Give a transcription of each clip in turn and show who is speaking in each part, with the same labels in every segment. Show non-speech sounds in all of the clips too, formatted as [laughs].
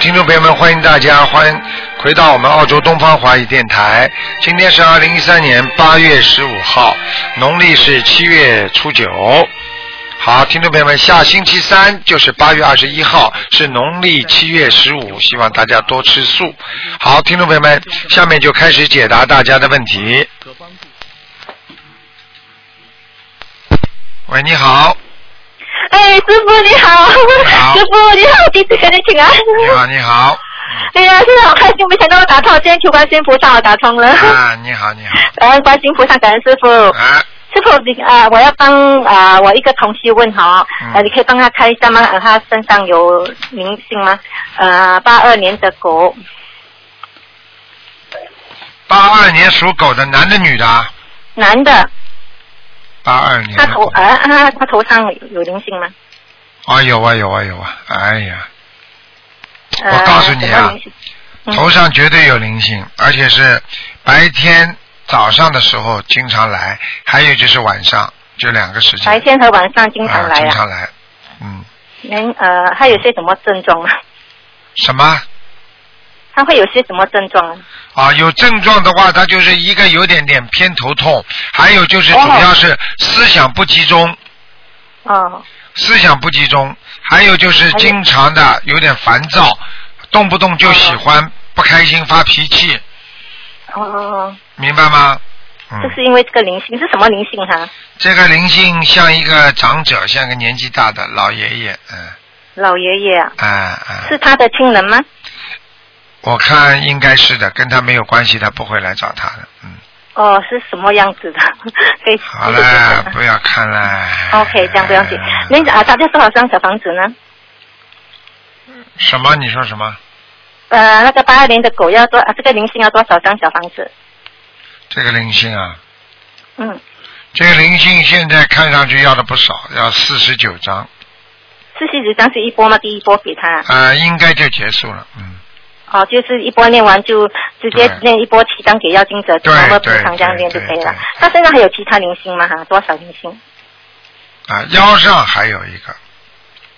Speaker 1: 听众朋友们，欢迎大家欢回到我们澳洲东方华语电台。今天是二零一三年八月十五号，农历是七月初九。好，听众朋友们，下星期三就是八月二十一号，是农历七月十五，希望大家多吃素。好，听众朋友们，下面就开始解答大家的问题。喂，你好，
Speaker 2: 哎，师傅你好，
Speaker 1: 好
Speaker 2: [laughs] 师傅你好，弟子给你请安。
Speaker 1: 你好，你好，
Speaker 2: [laughs] 哎呀，真的好开心，没想到我打通，今天求观世音菩萨我打通了。 [laughs]
Speaker 1: 啊，你好，你好，
Speaker 2: 感恩观世音菩萨，感恩师傅。
Speaker 1: 啊，
Speaker 2: 师傅，你啊、我要帮啊、我一个同学问哈、哦，
Speaker 1: 嗯
Speaker 2: 呃，你可以帮他看一下吗？呃他身上有灵性吗？呃，八二年的狗，
Speaker 1: 八二年属狗的，男的女的啊？
Speaker 2: 男的，
Speaker 1: 嗯八二年
Speaker 2: 他
Speaker 1: 的
Speaker 2: 头
Speaker 1: 狗。
Speaker 2: 啊啊，他头上有灵性吗？
Speaker 1: 啊，有啊，有啊，有啊！哎呀，
Speaker 2: 呃、
Speaker 1: 我告诉你啊
Speaker 2: 什么灵性，嗯
Speaker 1: 头上绝对有灵性，而且是白天早上的时候经常来，还有就是晚上，就两个时间。
Speaker 2: 白天和晚上经常
Speaker 1: 啊，
Speaker 2: 来
Speaker 1: 经
Speaker 2: 啊。
Speaker 1: 常来。嗯，
Speaker 2: 能、呃，他有些什么症状啊？
Speaker 1: 什么？
Speaker 2: 他会有些什么症状啊？
Speaker 1: 啊，有症状的话，他就是一个有点点偏头痛，还有就是主
Speaker 2: 哦
Speaker 1: 要是思想不集中，
Speaker 2: 哦，
Speaker 1: 思想不集中，还有就是经常的有点烦躁，动不动就喜欢不开心发脾气，
Speaker 2: 哦，
Speaker 1: 明白吗？嗯。
Speaker 2: 就是因为这个灵性是什么灵性哈、
Speaker 1: 这个灵性像一个长者，像一个年纪大的老爷爷，嗯，
Speaker 2: 老爷爷啊，
Speaker 1: 哎、哎、
Speaker 2: 是他的亲人吗？
Speaker 1: 我看应该是的，跟他没有关系，他不会来找他的，嗯，
Speaker 2: 哦，是什么样子的？可以
Speaker 1: 好
Speaker 2: 可以
Speaker 1: 了，
Speaker 2: 解释吗
Speaker 1: 不要看了。哎
Speaker 2: OK，这样不要紧。那啊，大家多少张小房子呢？
Speaker 1: 什么？你说什么？
Speaker 2: 呃，那个八二年的狗要多，啊、这个灵性要多少张小房子？
Speaker 1: 这个灵性啊，
Speaker 2: 嗯，
Speaker 1: 这个灵性现在看上去要的不少，要四十九张，
Speaker 2: 四十九张是一波吗？第一波给他，
Speaker 1: 啊，应该就结束了，嗯，
Speaker 2: 哦，就是一波念完就直接
Speaker 1: 对
Speaker 2: 念一波七张给要经者，
Speaker 1: 对
Speaker 2: 然后平
Speaker 1: 对
Speaker 2: 常这样念就
Speaker 1: 对
Speaker 2: 可以
Speaker 1: 对
Speaker 2: 了
Speaker 1: 对。
Speaker 2: 他身上还有其他灵性吗？哈，多少灵性？
Speaker 1: 啊，腰上还有一个，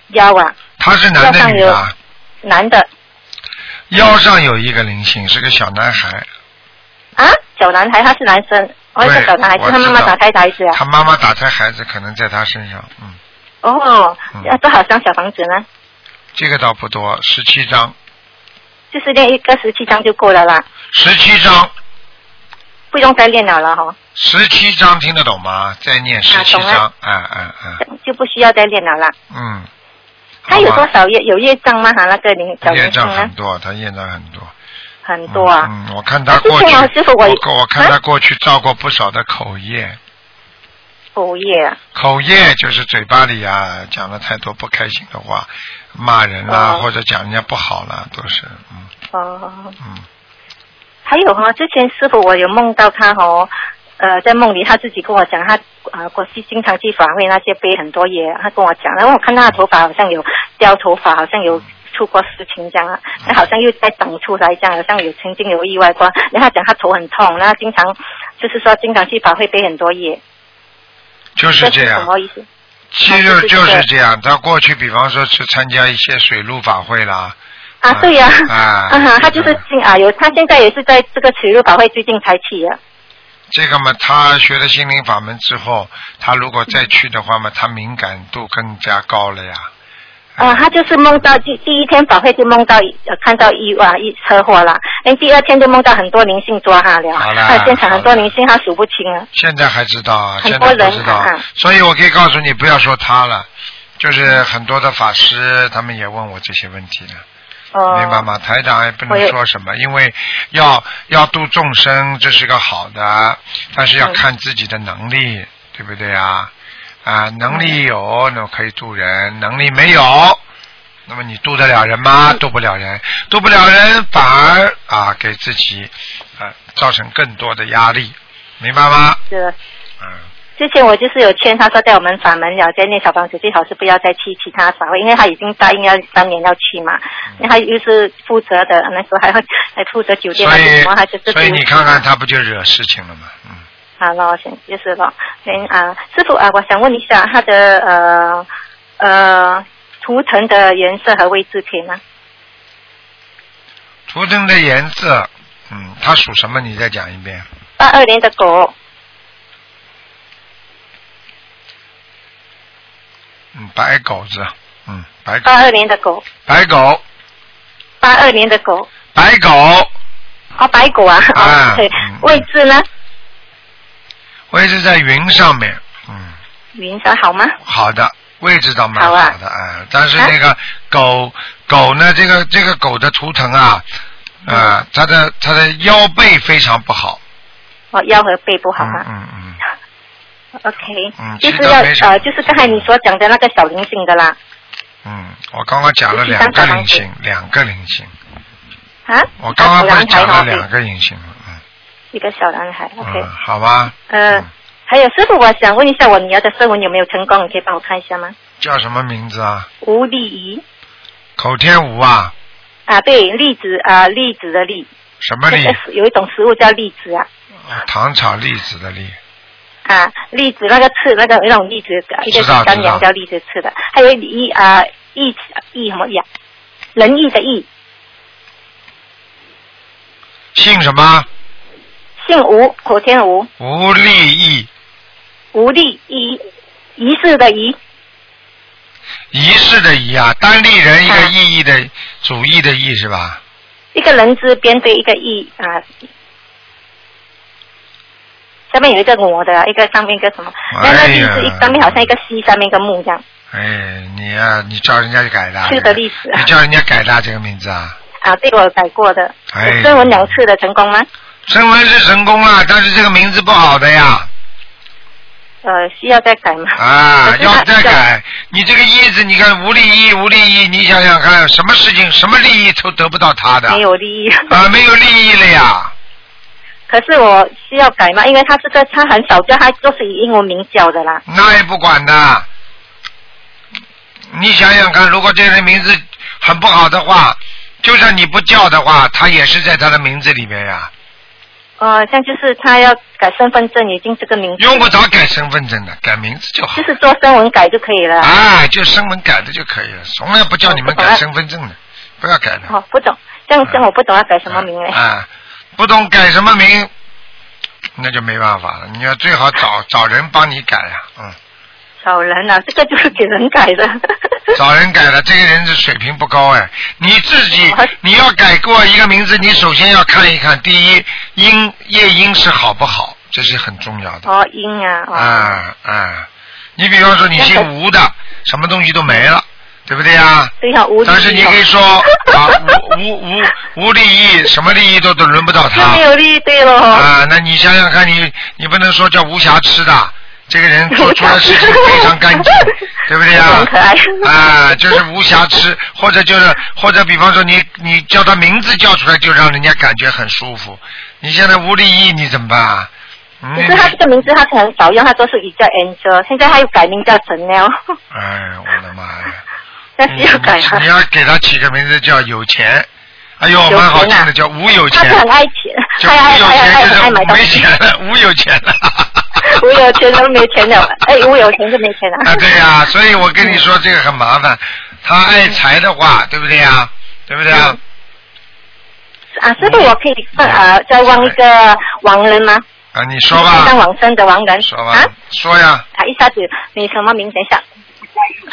Speaker 2: 腰啊，
Speaker 1: 他是男
Speaker 2: 腰
Speaker 1: 的
Speaker 2: 上
Speaker 1: 女
Speaker 2: 有
Speaker 1: 的啊？
Speaker 2: 男的
Speaker 1: 腰上有一个灵性，是个小男孩，
Speaker 2: 啊，小男孩，他是男生，哦，一个
Speaker 1: 对
Speaker 2: 小男孩，
Speaker 1: 我
Speaker 2: 是他妈妈
Speaker 1: 知道
Speaker 2: 打胎的孩子啊。
Speaker 1: 他妈妈打胎，孩子可能在他身上，嗯。
Speaker 2: 哦
Speaker 1: 嗯，
Speaker 2: 要多少张小房子呢？
Speaker 1: 这个倒不多，十七张，
Speaker 2: 就是练一个十七张就够了啦，
Speaker 1: 十七张，
Speaker 2: 不用再练了了哈，
Speaker 1: 十七张听得懂吗？再念十
Speaker 2: 啊
Speaker 1: 七张，哎哎哎，
Speaker 2: 就不需要再练了啦。
Speaker 1: 嗯。
Speaker 2: 他有
Speaker 1: 好吧
Speaker 2: 多少业有业障吗？哈，那个灵小
Speaker 1: 业
Speaker 2: 灵性
Speaker 1: 障
Speaker 2: 呢
Speaker 1: 很？多，他业障很多。
Speaker 2: 很
Speaker 1: 嗯
Speaker 2: 多啊。
Speaker 1: 嗯，我看他
Speaker 2: 之
Speaker 1: 过去
Speaker 2: 前老师傅，我
Speaker 1: 我我看他
Speaker 2: 啊
Speaker 1: 过去造过不少的口业，
Speaker 2: 口业啊，
Speaker 1: 口业就是嘴巴里啊讲了太多不开心的话，骂人啦、
Speaker 2: 哦
Speaker 1: 或者讲人家不好啦，都是，嗯
Speaker 2: 哦，
Speaker 1: 嗯。
Speaker 2: 还有哈，之前师傅我有梦到他哦，呃，在梦里他自己跟我讲，他呃过去经常去法会那些背很多业，他跟我讲，然后我看他的头发好像有掉头发，好像有出过事情这样啊，那好像又再长出来这样，好像有曾经有意外过。然后他讲他头很痛，然后经常就是说经常去法会背很多业，
Speaker 1: 就
Speaker 2: 这
Speaker 1: 是这样
Speaker 2: 什，么意思？
Speaker 1: 其
Speaker 2: 啊
Speaker 1: 实就是这样。他过去，比方说去参加一些水陆法会啦，
Speaker 2: [laughs] 啊，对呀、
Speaker 1: 啊
Speaker 2: 啊哈，他就是进啊，有他现在也是在这个取入法会最近才去啊的。
Speaker 1: 这个嘛，他学了心灵法门之后，他如果再去的话嘛，他敏感度更加高了呀。
Speaker 2: 啊，他就是梦到第第一天法会就梦到呃看到意外一车祸啦，哎，第二天就梦到很多灵性抓他了，
Speaker 1: 好啦
Speaker 2: 啊，现场很
Speaker 1: 好
Speaker 2: 多
Speaker 1: 啦
Speaker 2: 灵性他数不清了。
Speaker 1: 现在还知道啊，
Speaker 2: 很
Speaker 1: 现
Speaker 2: 多
Speaker 1: 在
Speaker 2: 人
Speaker 1: 不知道
Speaker 2: 看看，
Speaker 1: 所以我可以告诉你，不要说他了，就是很多的法师他们也问我这些问题了。
Speaker 2: 哦，
Speaker 1: 明白？吗？台长也不
Speaker 2: 我
Speaker 1: 能
Speaker 2: 也
Speaker 1: 说什么，因为要要度众生，这是个好的，但是要
Speaker 2: 嗯
Speaker 1: 看自己的能力，对不对啊？啊，能力
Speaker 2: 嗯
Speaker 1: 有，那么可以度人；能力没有，那么你度得了人吗？
Speaker 2: 嗯
Speaker 1: 度不了人，度不了人，反而啊给自己啊造成更多的压力，明白吗？
Speaker 2: 是。
Speaker 1: 嗯，
Speaker 2: 之前我就是有劝他说，在我们法门了，在念小房子最好是不要再去其他法会，因为他已经答应要三年要去嘛，
Speaker 1: 嗯
Speaker 2: 那他又是负责的，那时候还会还负责酒
Speaker 1: 所
Speaker 2: 店还是什么，他就
Speaker 1: 以
Speaker 2: 是
Speaker 1: 所以
Speaker 2: 独
Speaker 1: 你
Speaker 2: 立
Speaker 1: 看
Speaker 2: 嘛
Speaker 1: 看他不就惹事情了吗？嗯。
Speaker 2: 好了，行，就是了。嗯啊，师傅啊，我想问一下它的呃呃图腾的颜色和位置可以吗？
Speaker 1: 图腾的颜色，嗯，它属什么？你再讲一遍。
Speaker 2: 八二年的狗，
Speaker 1: 嗯，白狗子，嗯，白狗，
Speaker 2: 八二年的狗，
Speaker 1: 白狗，
Speaker 2: 八二年的狗，
Speaker 1: 白狗，
Speaker 2: 哦，白狗啊，
Speaker 1: 啊
Speaker 2: 哦，对
Speaker 1: 嗯，
Speaker 2: 位置呢？
Speaker 1: 位置在云上面，嗯，
Speaker 2: 云上好吗？
Speaker 1: 好的，位置倒蛮
Speaker 2: 好啊
Speaker 1: 的，哎、但是那个狗狗呢，这个这个狗的图腾啊，呃，
Speaker 2: 嗯
Speaker 1: 它的它的腰背非常不好，
Speaker 2: 哦，腰和背不好
Speaker 1: 嗯
Speaker 2: 吗？
Speaker 1: 嗯嗯，
Speaker 2: OK，
Speaker 1: 嗯
Speaker 2: 就是
Speaker 1: 其他
Speaker 2: 要
Speaker 1: 没什么
Speaker 2: 呃，就是刚才你所讲的那个小灵性的啦，
Speaker 1: 嗯，我刚刚讲了
Speaker 2: 就是
Speaker 1: 两个
Speaker 2: 当小
Speaker 1: 灵性，两个灵性，
Speaker 2: 啊，
Speaker 1: 我刚刚不是讲了
Speaker 2: 小男
Speaker 1: 两
Speaker 2: 孩哦
Speaker 1: 个灵性吗，嗯
Speaker 2: 一个小男孩，OK，
Speaker 1: 嗯，好吧，
Speaker 2: 呃
Speaker 1: 嗯，
Speaker 2: 还有师傅，我想问一下我女儿的声纹有没有成功，你可以帮我看一下吗？
Speaker 1: 叫什么名字啊？
Speaker 2: 吴丽仪
Speaker 1: 口天吴啊？
Speaker 2: 啊，对，栗子啊，栗子的栗，
Speaker 1: 什么栗
Speaker 2: [laughs] 那？个有一种食物叫栗子啊
Speaker 1: 啊糖炒栗子的栗。
Speaker 2: 啊，栗子那个刺那个有一种栗子，一个
Speaker 1: 知道
Speaker 2: 干
Speaker 1: 知道
Speaker 2: 粮叫栗子刺的，还有一啊义义什么义啊，仁义的义，
Speaker 1: 姓什么？
Speaker 2: 姓吴，口天吴，
Speaker 1: 吴立义，
Speaker 2: 吴丽仪，仪式的仪。
Speaker 1: 仪式的仪
Speaker 2: 嗯
Speaker 1: 啊，单立人一个
Speaker 2: 啊
Speaker 1: 意义的主义的义是吧？
Speaker 2: 一个人字边对一个义啊，下面有一个我的，一个上面一个什么？那那
Speaker 1: 哎
Speaker 2: 栗
Speaker 1: 呀
Speaker 2: 子一上面好像一个西，上面一个木这样
Speaker 1: 哎，你呀、你叫人家去改的啊，
Speaker 2: 是的栗子啊
Speaker 1: 你叫人家改的啊这个名字啊？
Speaker 2: 啊，被我改过的，
Speaker 1: 哎
Speaker 2: 我征文两次的成功吗？
Speaker 1: 升文是成功了，但是这个名字不好的呀，
Speaker 2: 呃，需要再改吗？
Speaker 1: 啊，
Speaker 2: 可是
Speaker 1: 要
Speaker 2: 他
Speaker 1: 再
Speaker 2: 叫
Speaker 1: 改。你这个义字，你看无利益，无利益，你想想看，什么事情，什么利益都得不到他的
Speaker 2: 没有利益， [laughs]
Speaker 1: 啊，没有利益了呀。
Speaker 2: 可是我需要改吗？因为他这个他很少叫，他都是以英文名叫的啦。
Speaker 1: 那也不管的。你想想看，如果这个人名字很不好的话，就算你不叫的话，他也是在他的名字里面呀、
Speaker 2: 呃，像就是他要改身份证，已经这个名字，
Speaker 1: 用不着改身份证的，改名字就好
Speaker 2: 就。是做声文改就可以了。
Speaker 1: 哎，就声纹改的就可以了，从来不叫你们改身份证的，不要改的。
Speaker 2: 哦，不懂，这样这样我不懂要改什么名嘞？
Speaker 1: 啊，不懂改什么名，那就没办法了。你要最好找找人帮你改呀、嗯。
Speaker 2: 找人啊，这个就是给人改的。
Speaker 1: [laughs] 找人改了，这个人是水平不高哎。你自己
Speaker 2: 我
Speaker 1: 你要改过一个名字，你首先要看一看，第一音夜音是好不好，这是很重要的。
Speaker 2: [laughs] 哦，音啊，哦，
Speaker 1: 啊啊，你比方说你
Speaker 2: 那
Speaker 1: 姓吴的，什么东西都没了，对不对呀？
Speaker 2: 对呀、无理
Speaker 1: 但是你
Speaker 2: 哦
Speaker 1: 可以说啊，无无无无利益，什么利益都都轮不到
Speaker 2: [laughs] 就
Speaker 1: 他
Speaker 2: 没有利，对了。
Speaker 1: 啊。那你想想看，你你不能说叫无瑕疵的，这个人做出来事情非常干
Speaker 2: [laughs]
Speaker 1: 净，对不对呀？
Speaker 2: 很可爱。
Speaker 1: 啊，就是无瑕疵，或者就是或者，比方说你你叫他名字叫出来，就让人家感觉很舒服。你现在无利益，你怎么办啊？
Speaker 2: 可
Speaker 1: 嗯
Speaker 2: 是他这个名字他很少用，他都是以叫 Angel，现在他又改名叫陈了，
Speaker 1: 哎，我的妈呀！
Speaker 2: 但
Speaker 1: 你
Speaker 2: 是 [laughs] 要改
Speaker 1: 你
Speaker 2: 了。
Speaker 1: 要给他起个名字叫有钱，哎呦，
Speaker 2: 有
Speaker 1: 蛮好
Speaker 2: 钱啊
Speaker 1: 听的，叫吴有
Speaker 2: 他
Speaker 1: 钱
Speaker 2: 是，很爱钱，
Speaker 1: 就
Speaker 2: 爱
Speaker 1: 吴
Speaker 2: 爱
Speaker 1: 有
Speaker 2: 爱爱
Speaker 1: 钱
Speaker 2: 爱哎买
Speaker 1: 就是
Speaker 2: 东
Speaker 1: 没
Speaker 2: [laughs] 西。
Speaker 1: 钱了，吴有钱 [laughs] 了。
Speaker 2: [laughs] 我有钱都没
Speaker 1: [laughs]
Speaker 2: 钱了，哎，我有钱就没钱了
Speaker 1: 啊，。对呀、所以我跟你说这个很麻烦。他爱财的话，对不对呀、对不对啊？
Speaker 2: 嗯啊，师傅，我可以放呃再问一个亡人吗？
Speaker 1: 啊，你嗯说吧。
Speaker 2: 刚往生的亡人。
Speaker 1: 说吧，
Speaker 2: 啊
Speaker 1: 说呀，
Speaker 2: 啊，一下子没什么名，等一下。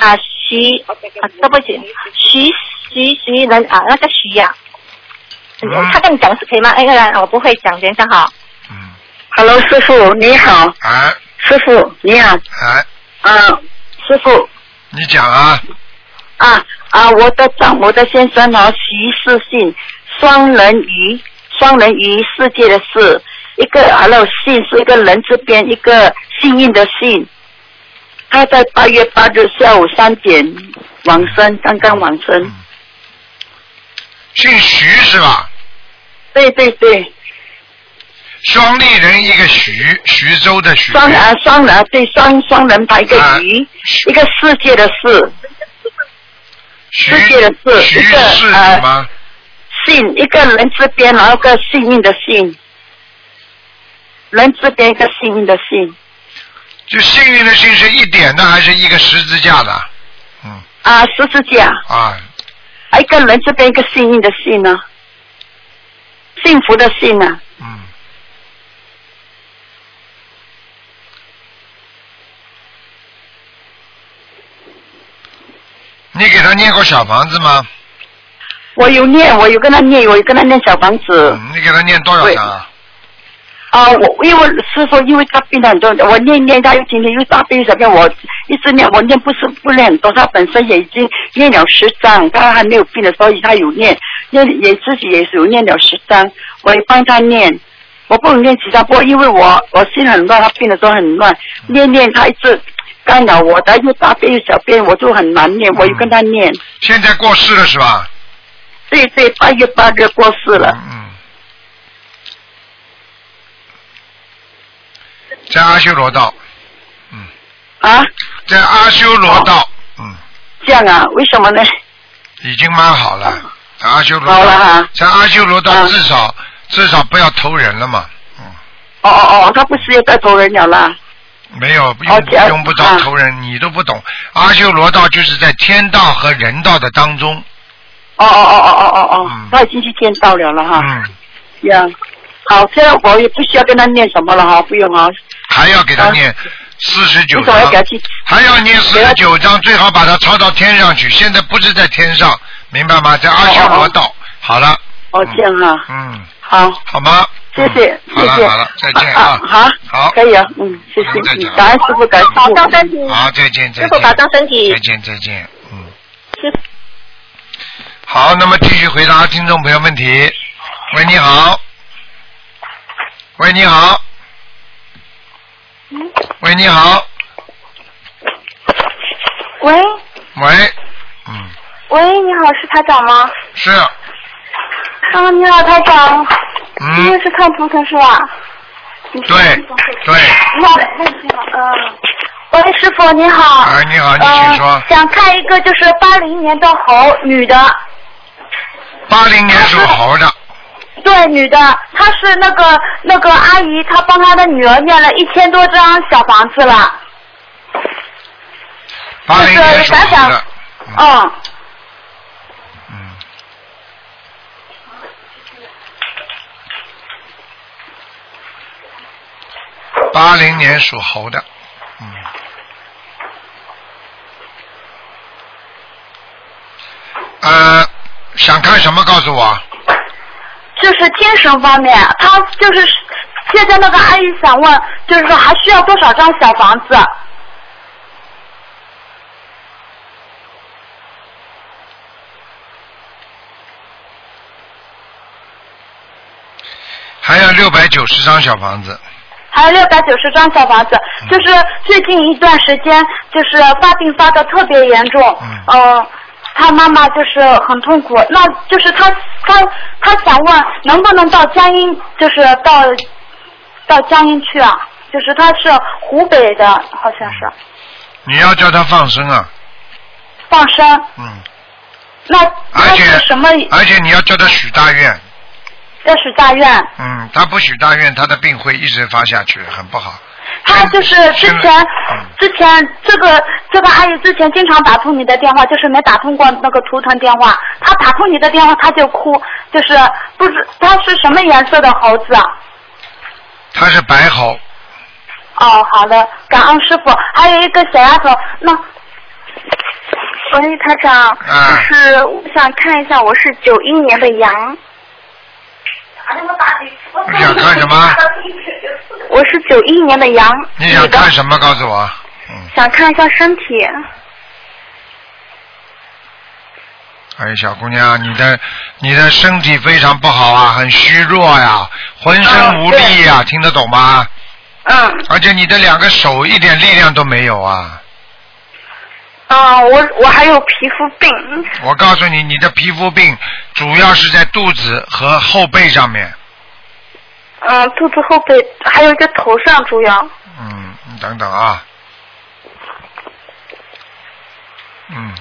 Speaker 2: 啊，徐啊，对不起，徐徐徐人啊，那个徐呀、
Speaker 1: 嗯
Speaker 2: 他跟你讲是可以吗？哎那个人我不会讲，等一下哈。
Speaker 1: 嗯，
Speaker 3: Hello，师傅你好，
Speaker 1: 哎
Speaker 3: 师傅你好，
Speaker 1: 哎，
Speaker 3: 啊，师傅
Speaker 1: 你讲啊，
Speaker 3: 啊啊，我的丈我的先生哦，徐世信，双人鱼，双人鱼世界的世，一个 Hello 信是一个人字边，一个幸运的幸。他在八月八日下午三点往生，刚刚往生。
Speaker 1: 嗯姓徐是吧？
Speaker 3: 对对对，
Speaker 1: 双立人一个徐，徐州的徐。
Speaker 3: 双啊双人对双双人旁一个
Speaker 1: 啊
Speaker 3: 鱼，一个世界的世，
Speaker 1: 徐
Speaker 3: 世界的世
Speaker 1: 徐
Speaker 3: 一个
Speaker 1: 是什
Speaker 2: 呃
Speaker 1: 么？
Speaker 3: 信一个人字边，然后个幸运的幸，人字边一个幸运的幸
Speaker 1: 就幸运的幸是一点的还是一个十字架的？嗯
Speaker 3: 啊，十字架
Speaker 1: 啊，
Speaker 3: 啊，一个人字边一个幸运的幸呢、幸福的幸啊，
Speaker 1: 嗯，你给他念过小房子吗？
Speaker 3: 我有念，我有跟他念，我有跟他念小房子。
Speaker 1: 嗯，你给他念多少张啊？
Speaker 3: 啊，我因为是说，因为他病了很多，我念念他又今天又大病什么，我一直念，我念不是不念很多，他本身也已经念了十张，他还没有病的时候，他有念，念也自己也有念了十张，我也帮他念，我不能念其他，不过因为我我心很乱，他病的时候很乱，念念他一直干扰我，他又大便又小便，我就很难念，我又跟他念，
Speaker 1: 现在过世了是吧？
Speaker 3: 对对，八月八日过世了，
Speaker 1: 嗯嗯。在阿修罗道，嗯，
Speaker 3: 啊，
Speaker 1: 在阿修罗道，嗯，
Speaker 3: 这样啊，为什么呢？
Speaker 1: 已经蛮好了。在阿修罗道，
Speaker 3: 好了哈
Speaker 1: 在阿修罗道
Speaker 3: 啊
Speaker 1: 至少、至少不要投人了嘛，嗯。
Speaker 3: 哦哦哦，他不是又在投人了啦？
Speaker 1: 没有，用
Speaker 3: 而且
Speaker 1: 不用不
Speaker 3: 啊
Speaker 1: 着投人，你都不懂。阿修罗道就是在天道和人道的当中。
Speaker 3: 哦哦哦哦哦
Speaker 1: 嗯
Speaker 3: 哦哦，他已经去见到了了哈。
Speaker 1: 嗯，
Speaker 3: 呀、好，现在我也不需要跟他念什么了哈，不用哈。
Speaker 1: 还要给他
Speaker 3: 啊
Speaker 1: 念四十九
Speaker 3: 为什么要给他
Speaker 1: 章，
Speaker 3: 去？
Speaker 1: 还要念四
Speaker 3: 给
Speaker 1: 十
Speaker 3: 他
Speaker 1: 九章，最好把它抄到天上去。现在不是在天上，明白吗？在阿修罗道。好了，
Speaker 3: 哦，这样哈、
Speaker 1: 嗯，
Speaker 3: 好，
Speaker 1: 好吗？
Speaker 3: 谢谢，
Speaker 1: 嗯
Speaker 3: 谢
Speaker 1: 好
Speaker 3: 谢。
Speaker 1: 了好了，再见啊！
Speaker 3: 好，
Speaker 1: 好
Speaker 3: 可以啊，嗯，谢谢
Speaker 1: 嗯再，见
Speaker 3: 嗯感恩师傅，感恩师
Speaker 2: 保
Speaker 3: 傅。
Speaker 2: 重身体，
Speaker 1: 好，再见再
Speaker 2: 师傅
Speaker 1: 见，
Speaker 2: 保重身体
Speaker 1: 再。见再见，嗯。
Speaker 2: 师傅
Speaker 1: 好，那么继续回答听众朋友问题。喂，你好。喂，你好。喂，你好。
Speaker 4: 喂
Speaker 1: 喂，嗯，
Speaker 4: 喂，你好，是台长吗？
Speaker 1: 是，
Speaker 4: 啊，你好，台长，今天
Speaker 1: 嗯，
Speaker 4: 是看图腾是吧？你是
Speaker 1: 对
Speaker 4: 你是
Speaker 1: 对，
Speaker 4: 你好，你好，嗯。喂，师傅你好。
Speaker 1: 哎，你好，你请
Speaker 4: 呃
Speaker 1: 说。
Speaker 4: 想看一个就是八零年的猴女的，
Speaker 1: 八零年属猴的，
Speaker 4: 对，女的，她是那个那个阿姨，她帮她的女儿念了一千多张小房子了。
Speaker 1: 八零年属猴
Speaker 4: 想
Speaker 1: 的
Speaker 4: 想，
Speaker 1: 嗯
Speaker 4: 嗯，
Speaker 1: 嗯。八零年属猴的，嗯。呃，想看什么？告诉我。
Speaker 4: 就是精神方面，她就是现在那个阿姨想问，就是说还需要多少张小房子？
Speaker 1: 还有六百九十张小房子，
Speaker 4: 还有六百九十张小房子，
Speaker 1: 嗯
Speaker 4: 就是最近一段时间，就是发病发的特别严重，
Speaker 1: 嗯
Speaker 4: 呃，他妈妈就是很痛苦，那就是他他他想问能不能到江阴，就是到到江阴去啊？就是他是湖北的，好像是
Speaker 1: 嗯你要叫他放生啊，
Speaker 4: 放生，
Speaker 1: 嗯，
Speaker 4: 那
Speaker 1: 而
Speaker 4: 那
Speaker 1: 且
Speaker 4: 是什么？
Speaker 1: 而且你要叫他许大愿，
Speaker 4: 这是大愿。
Speaker 1: 嗯，他不许大愿，他的病会一直发下去，很不好。
Speaker 4: 他就是之
Speaker 1: 现在
Speaker 4: 前
Speaker 1: 嗯，
Speaker 4: 之前这个这个阿姨之前经常打通你的电话，就是没打通过那个图腾电话。她打通你的电话，她就哭，就是不知她是什么颜色的猴子啊？
Speaker 1: 他是白猴，
Speaker 4: 哦，好的，感恩师傅。还有一个小丫头，那喂，台长，
Speaker 1: 啊
Speaker 4: 就是我想看一下，我是九一年的羊，
Speaker 1: 你想看什
Speaker 4: [laughs]
Speaker 1: 么？
Speaker 4: 我是九一年的羊，
Speaker 1: 你想
Speaker 4: 女的
Speaker 1: 看什么？告诉我。嗯，
Speaker 4: 想看一下身体，
Speaker 1: 哎，小姑娘，你的你的身体非常不好啊，很虚弱呀、浑身无力呀、
Speaker 4: 哦
Speaker 1: 听得懂吗？
Speaker 4: 嗯。
Speaker 1: 而且你的两个手一点力量都没有啊！
Speaker 4: 啊、我我还有皮肤病，嗯
Speaker 1: 我告诉你，你的皮肤病主要是在肚子和后背上面。
Speaker 4: 嗯，肚子后背，还有一个头上主要。
Speaker 1: 嗯，你等等啊。嗯，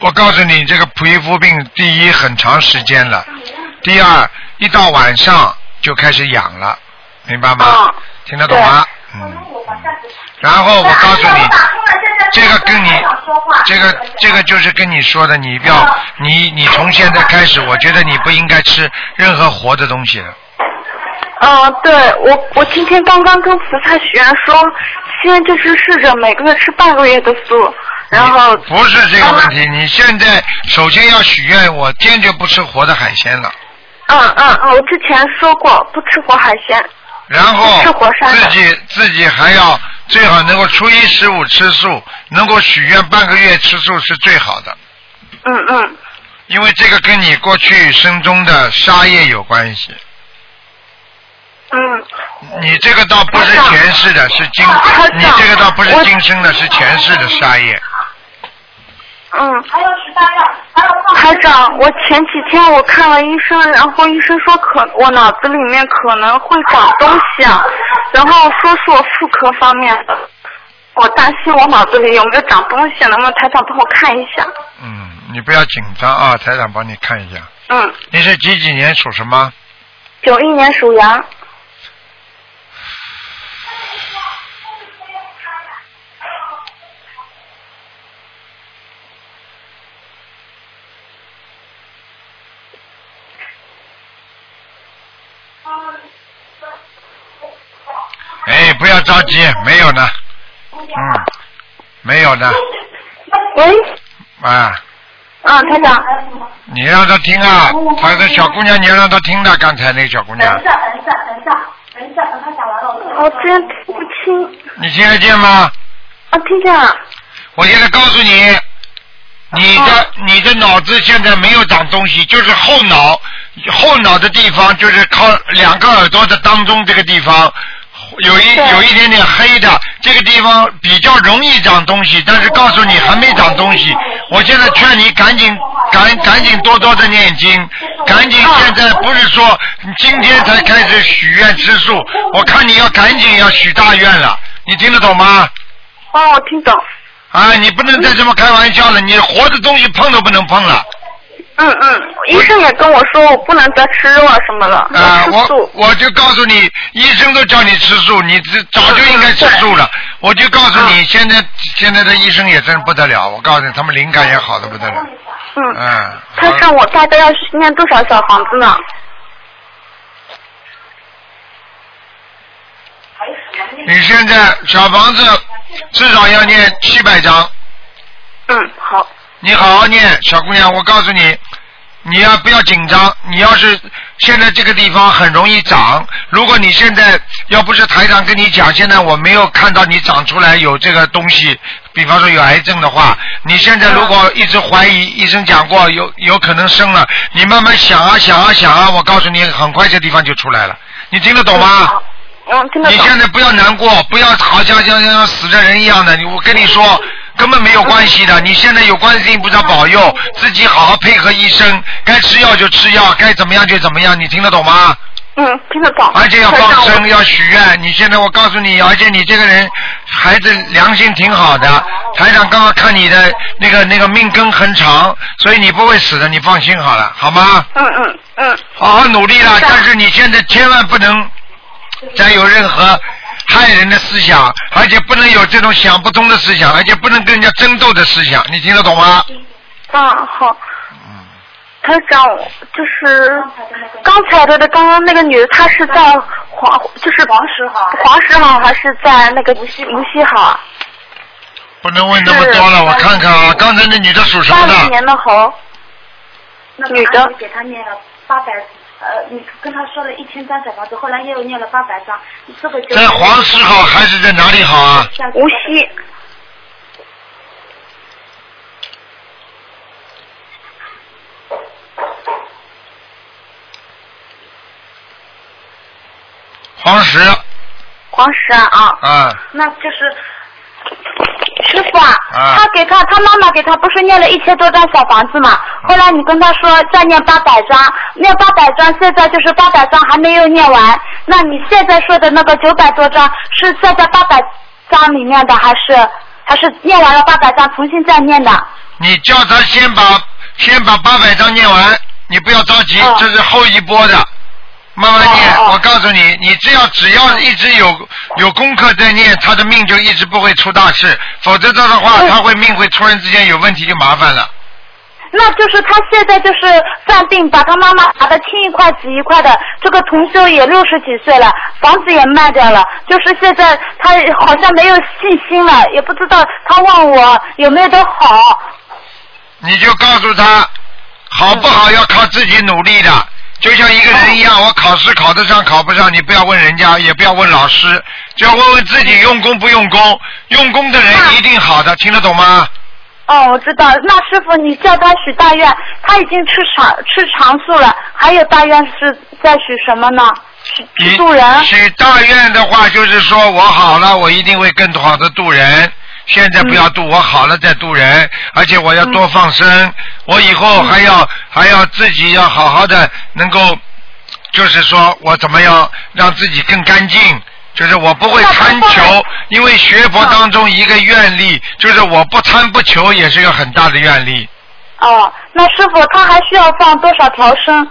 Speaker 1: 我告诉你，这个皮肤病第一很长时间了，第二一到晚上就开始痒了，明白吗？
Speaker 4: 啊
Speaker 1: 听得懂吗？嗯。然后我告诉你，这个跟你这个这个就是跟你说的，你不要你你从现在开始，我觉得你不应该吃任何活的东西了。
Speaker 4: 嗯，对我我今天刚刚跟菩萨许愿说，先就是试着每个月吃半个月的素，然后
Speaker 1: 不是这个问题，你现在首先要许愿，我坚决不吃活的海鲜了。
Speaker 4: 嗯嗯嗯，我之前说过不吃活海鲜，
Speaker 1: 然后
Speaker 4: 吃活塞
Speaker 1: 自己自己还要最好能够初一十五吃素，能够许愿半个月吃素是最好的，
Speaker 4: 嗯嗯
Speaker 1: 因为这个跟你过去生中的杀业有关系。
Speaker 4: 嗯，
Speaker 1: 你这个倒不是前世的，是今
Speaker 4: 台，长
Speaker 1: 你这个倒不是
Speaker 4: 我
Speaker 1: 今生的，是前世的杀业。
Speaker 4: 嗯，
Speaker 5: 还有十三样，还有放
Speaker 4: 台长，我前几天我看了医生，然后医生说可我脑子里面可能会长东西啊，然后说是我妇科方面的，我担心我脑子里有没有长东西，啊能不能台长帮我看一下？
Speaker 1: 嗯，你不要紧张啊，台长帮你看一下。
Speaker 4: 嗯，
Speaker 1: 你是几几年属什么？
Speaker 4: 九一年属羊，
Speaker 1: 哎，不要着急，没有呢。嗯，没有呢。
Speaker 4: 喂，
Speaker 1: 啊，
Speaker 4: 啊，台长，
Speaker 1: 你让他听啊，他的小姑娘，你要让他听的，刚才那个小姑
Speaker 4: 啊
Speaker 1: 娘，
Speaker 5: 下，等一下，等一下，等一下，等他讲完了，我
Speaker 4: 我之前听不清，
Speaker 1: 你听得见吗？
Speaker 4: 啊，听见了，
Speaker 1: 我现在告诉你，你的你的脑子现在没有长东西，就是后脑后脑的地方，就是靠两个耳朵的当中这个地方，有一
Speaker 4: 对
Speaker 1: 有一点点黑的，这个地方比较容易长东西，但是告诉你还没长东西。我现在劝你赶紧赶赶紧多多的念经，赶紧现在不是说今天才开始许愿吃素，我看你要赶紧要许大愿了，你听得懂吗？
Speaker 4: 哦，我听懂，
Speaker 1: 啊，你不能再这么开玩笑了，你活的东西碰都不能碰了。
Speaker 4: 嗯嗯，医生也跟我说我不能再吃肉啊什么了，
Speaker 1: 啊，
Speaker 4: 要吃
Speaker 1: 我
Speaker 4: 素，
Speaker 1: 我就告诉你，医生都叫你吃素，你这早就应该吃素了。我就告诉
Speaker 4: 啊
Speaker 1: 你，现在现在的医生也真不得了，我告诉你，他们灵感也好的不得了。
Speaker 4: 嗯。
Speaker 1: 嗯，
Speaker 4: 他
Speaker 1: 好
Speaker 4: 让我大概要念多少小房子呢？
Speaker 1: 你现在小房子至少要念七百张，
Speaker 4: 嗯，好，
Speaker 1: 你好好念，小姑娘，我告诉你，你要不要紧张？你要是现在这个地方很容易长，如果你现在要不是台长跟你讲，现在我没有看到你长出来有这个东西，比方说有癌症的话，你现在如果一直怀疑，医生讲过有有可能生了，你慢慢想啊想啊想啊，我告诉你，很快这地方就出来了，你听得懂吗？
Speaker 4: 嗯，听得
Speaker 1: 你
Speaker 4: 懂。
Speaker 1: 现在不要难过，不要好像像像死的人一样的。你我跟你说，根本没有关系的。你现在有观世音菩萨保佑，自己好好配合医生，该吃药就吃药，该怎么样就怎么样。你听得懂吗？
Speaker 4: 嗯，听得懂。
Speaker 1: 而且要
Speaker 4: 台长
Speaker 1: 放生，
Speaker 4: 我
Speaker 1: 要许愿。你现在我告诉你，而且你这个人孩子良心挺好的。台长刚刚看你的那个那个命根很长，所以你不会死的，你放心好了，好吗？
Speaker 4: 嗯嗯嗯
Speaker 1: 好好努力了，
Speaker 4: 是的
Speaker 1: 但是你现在千万不能再有任何害人的思想，而且不能有这种想不通的思想，而且不能跟人家争斗的思想，你听得懂吗？
Speaker 4: 嗯，好。台长，就是刚才的刚刚那个女的，她是在黄，就是
Speaker 5: 黄石哈
Speaker 4: 黄石好还是在那个无锡无锡好？
Speaker 1: 不能问那么多了，我看看啊，刚才那女的属什
Speaker 4: 八
Speaker 1: 么
Speaker 4: 零
Speaker 1: 的？
Speaker 4: 嗯年的猴，
Speaker 5: 那
Speaker 4: 女的
Speaker 5: 给他念了八百，呃，你跟他说了一千张小房子，后来又念了八百张，这个就
Speaker 1: 在黄石好还是在哪里好啊？
Speaker 4: 无锡。
Speaker 1: 黄石
Speaker 4: 黄石啊啊，
Speaker 1: 啊，
Speaker 5: 那就是
Speaker 4: 师傅啊，
Speaker 1: 啊
Speaker 4: 他给他他妈妈给他不是念了一千多张小房子嘛？后来你跟他说再念八百张，念八百张，现在就是八百张还没有念完。那你现在说的那个九百多张是算在八百张里面的，还是还是念完了八百张重新再念的？
Speaker 1: 你叫他先把先把八百章念完，你不要着急
Speaker 4: 哦，
Speaker 1: 这是后一波的，慢慢念。
Speaker 4: 哦哦哦
Speaker 1: 我告诉你，你只要只要一直有有功课在念，他的命就一直不会出大事，否则的话，
Speaker 4: 嗯
Speaker 1: 他会命会突然之间有问题就麻烦了。
Speaker 4: 那就是他现在就是犯病，把他妈妈打得青一块紫一块的。这个同修也六十几岁了，房子也卖掉了，就是现在他好像没有信心了，也不知道他问我有没有得好。
Speaker 1: 你就告诉他，好不好要靠自己努力的。就像一个人一样，
Speaker 4: 嗯
Speaker 1: 我考试考得上考不上，你不要问人家，也不要问老师，就要问问自己用功不用功。用功的
Speaker 4: 嗯
Speaker 1: 人一定好的，听得懂吗？
Speaker 4: 哦，我知道。那师傅，你叫他许大愿，他已经吃长吃长素了，还有大愿是在许什么呢？许
Speaker 1: 你
Speaker 4: 许渡人。
Speaker 1: 许大愿的话，就是说我好了，我一定会更好的渡人。现在不要渡，我好了再渡人，而且我要多放生，我以后还要、还要自己要好好的能够，就是说我怎么样让自己更干净。就是我不会贪求，因为学佛当中一个愿力，就是我不贪不求，也是一个很大的愿力。
Speaker 4: 哦，那师傅他还需要放多少条生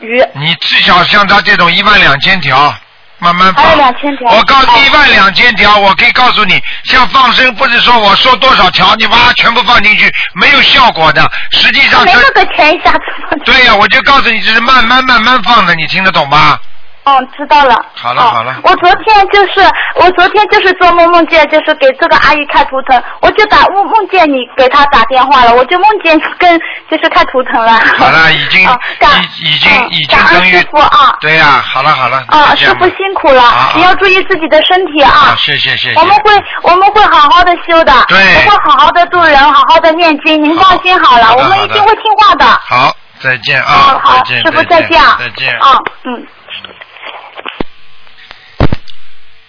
Speaker 4: 鱼？
Speaker 1: 你至少像他这种一万两千条，慢慢放。
Speaker 4: 还有2000条
Speaker 1: 我告诉
Speaker 4: 哦
Speaker 1: 一万两千条，我可以告诉你，像放生不是说我说多少条，你把它全部放进去，没有效果的。实际上
Speaker 4: 没那
Speaker 1: 这，
Speaker 4: 个钱一下子放进去。
Speaker 1: 对呀、我就告诉你，这是慢慢慢慢放的，你听得懂吗？
Speaker 4: 哦，知道了。
Speaker 1: 好了
Speaker 4: 哦
Speaker 1: 好了
Speaker 4: 我昨天就是，我昨天就是做梦梦见，就是给这个阿姨看图腾，我就打梦梦见你给她打电话了，我就梦见跟就是看图腾了。
Speaker 1: 好了，已经、
Speaker 4: 哦感
Speaker 1: 已已经、
Speaker 4: 嗯
Speaker 1: 已经
Speaker 4: 感
Speaker 1: 等
Speaker 4: 恩
Speaker 1: 于
Speaker 4: 师傅啊。
Speaker 1: 对呀、好了好了，就
Speaker 4: 啊，
Speaker 1: 这
Speaker 4: 师
Speaker 1: 样吧
Speaker 4: 傅辛苦了，
Speaker 1: 啊啊
Speaker 4: 你要注意自己的身体
Speaker 1: 啊
Speaker 4: 啊！
Speaker 1: 谢谢谢谢
Speaker 4: 我们会我们会好好的修的，
Speaker 1: 对
Speaker 4: 我会好好的做人，好好的念经，您放心好了，
Speaker 1: 好的
Speaker 4: 我们
Speaker 1: 好
Speaker 4: 一
Speaker 1: 的
Speaker 4: 定会听话的。
Speaker 1: 好，再见
Speaker 4: 啊，
Speaker 1: 啊，
Speaker 4: 好，
Speaker 1: 再
Speaker 4: 师
Speaker 1: 见，
Speaker 4: 傅
Speaker 1: 再
Speaker 4: 再见啊，
Speaker 1: 再见。
Speaker 4: 啊，嗯。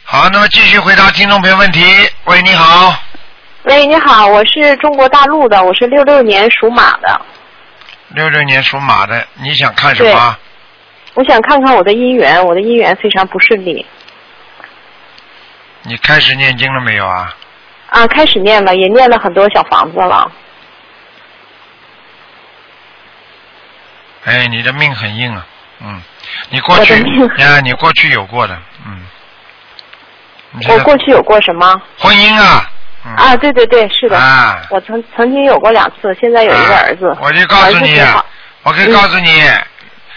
Speaker 1: 好，那么继续回答听众朋友问题。喂，你好，
Speaker 6: 喂，你好，我是中国大陆的，我是六六年属马的，
Speaker 1: 六六年属马的，你想看什么啊？
Speaker 6: 我想看看我的姻缘，我的姻缘非常不顺利
Speaker 1: 你开始念经了没有啊？
Speaker 6: 啊，开始念了，也念了很多小房子了，
Speaker 1: 哎，你的命很硬啊，嗯，你过
Speaker 6: 我的
Speaker 1: 去
Speaker 6: 命，
Speaker 1: 啊，你过去有过的，嗯，你现
Speaker 6: 我
Speaker 1: 在
Speaker 6: 过去有过什么
Speaker 1: 婚姻啊，嗯、
Speaker 6: 啊？对对对，是的，
Speaker 1: 啊
Speaker 6: 我曾曾经有过两次，现在有一个儿子，
Speaker 1: 啊我就告诉你
Speaker 6: 儿子挺好，
Speaker 1: 我可以告诉你，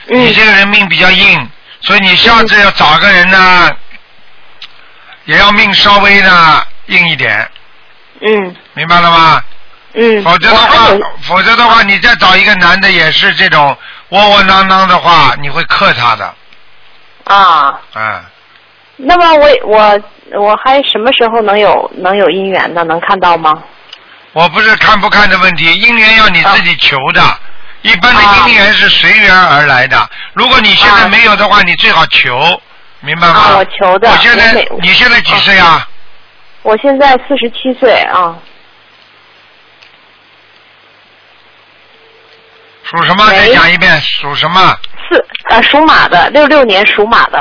Speaker 1: 你
Speaker 6: 嗯
Speaker 1: 这个人命比较硬，所以你下次要找个人呢，也要命稍微呢硬一点，
Speaker 6: 嗯
Speaker 1: 明白了吗？
Speaker 6: 嗯，
Speaker 1: 否则的
Speaker 6: 我
Speaker 1: 话
Speaker 6: 还有，
Speaker 1: 否则的话，你再找一个男的也是这种窝窝囊囊的话，你会克他的，
Speaker 6: 啊，
Speaker 1: 啊。
Speaker 6: 那么我我我还什么时候能有能有姻缘呢？能看到吗？
Speaker 1: 我不是看不看的问题，姻缘要你自己求的。
Speaker 6: 啊
Speaker 1: 一般的姻缘是随缘而来的，如果你现在没有的话，你最好求，明白吗？
Speaker 6: 啊我求的
Speaker 1: 我现
Speaker 6: 我
Speaker 1: 在
Speaker 6: 每
Speaker 1: 你现在几岁啊？
Speaker 6: 我现在四十七岁啊，
Speaker 1: 属什么？
Speaker 6: 喂
Speaker 1: 再讲一遍，属什么？
Speaker 6: 四呃属马的，六六年属马的。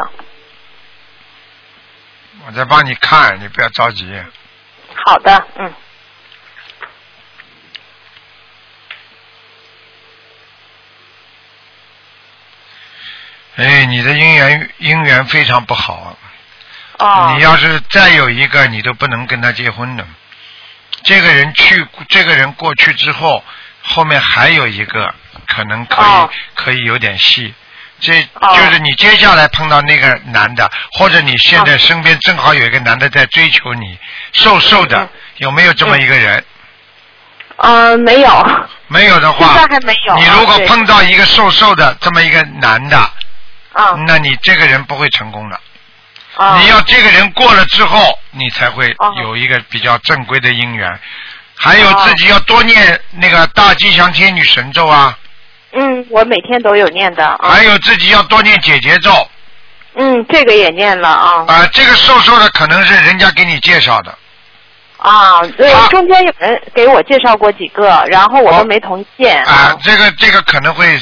Speaker 1: 我在帮你看，你不要着急。
Speaker 6: 好的，嗯，
Speaker 1: 哎，你的姻缘姻缘非常不好，啊
Speaker 6: 哦
Speaker 1: 你，要是再有一个，你都不能跟他结婚的。这个人去，这个人过去之后，后面还有一个可能可以、
Speaker 6: 哦
Speaker 1: 可以有点戏。这
Speaker 6: 哦
Speaker 1: 就是你接下来碰到那个男的，或者你现在
Speaker 6: 哦
Speaker 1: 身边正好有一个男的在追求你，瘦瘦的
Speaker 6: 嗯，
Speaker 1: 有没有这么一个人？
Speaker 6: 呃，没有，
Speaker 1: 没有的
Speaker 6: 现
Speaker 1: 话
Speaker 6: 在，还没有啊。
Speaker 1: 你如果
Speaker 6: 对
Speaker 1: 碰到一个瘦瘦的这么一个男的，
Speaker 6: 啊
Speaker 1: 那你这个人不会成功的。
Speaker 6: 啊，
Speaker 1: 你要这个人过了之后，你才会
Speaker 6: 哦
Speaker 1: 有一个比较正规的姻缘。还有
Speaker 6: 哦
Speaker 1: 自己要多念那个大吉祥天女神咒啊，
Speaker 6: 嗯，我每天都有念的啊，
Speaker 1: 还有自己要多念姐姐咒
Speaker 6: 嗯，这个也念了啊
Speaker 1: 哎啊、这个瘦瘦的可能是人家给你介绍的，
Speaker 6: 啊
Speaker 2: 啊，对
Speaker 1: 啊，
Speaker 2: 中间有人给我介绍过几个，然后我
Speaker 1: 哦
Speaker 2: 都没同意见。
Speaker 1: 啊，这个这个可能会，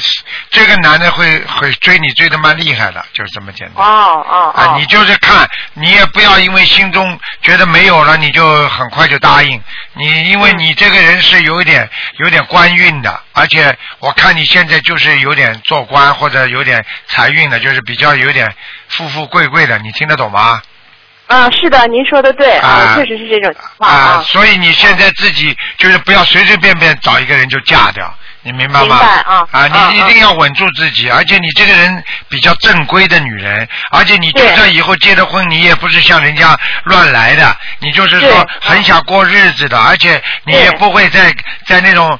Speaker 1: 这个男的会会追你追的蛮厉害的，就是这么简单。
Speaker 2: 哦哦
Speaker 1: 啊，
Speaker 2: 哦
Speaker 1: 你，就是看，你也不要因为心中觉得没有了，你就很快就答应。你因
Speaker 2: 嗯
Speaker 1: 为你这个人是有一点有点官运的，而且我看你现在就是有点做官或者有点财运的，就是比较有点富富贵贵的，你听得懂吗？
Speaker 2: 啊，是的，您说的对，
Speaker 1: 啊
Speaker 2: 确实是这种情况
Speaker 1: 啊，所以你现在自己就是不要随随便便找一个人就嫁掉，你明白吗？
Speaker 2: 明白啊啊
Speaker 1: 你一定要稳住自己，而且你这个人比较正规的女人，而且你就
Speaker 2: 对
Speaker 1: 算以后结了婚，你也不是像人家乱来的，你就是说
Speaker 2: 对啊
Speaker 1: 很想过日子的，而且你也
Speaker 2: 对
Speaker 1: 不会在在那种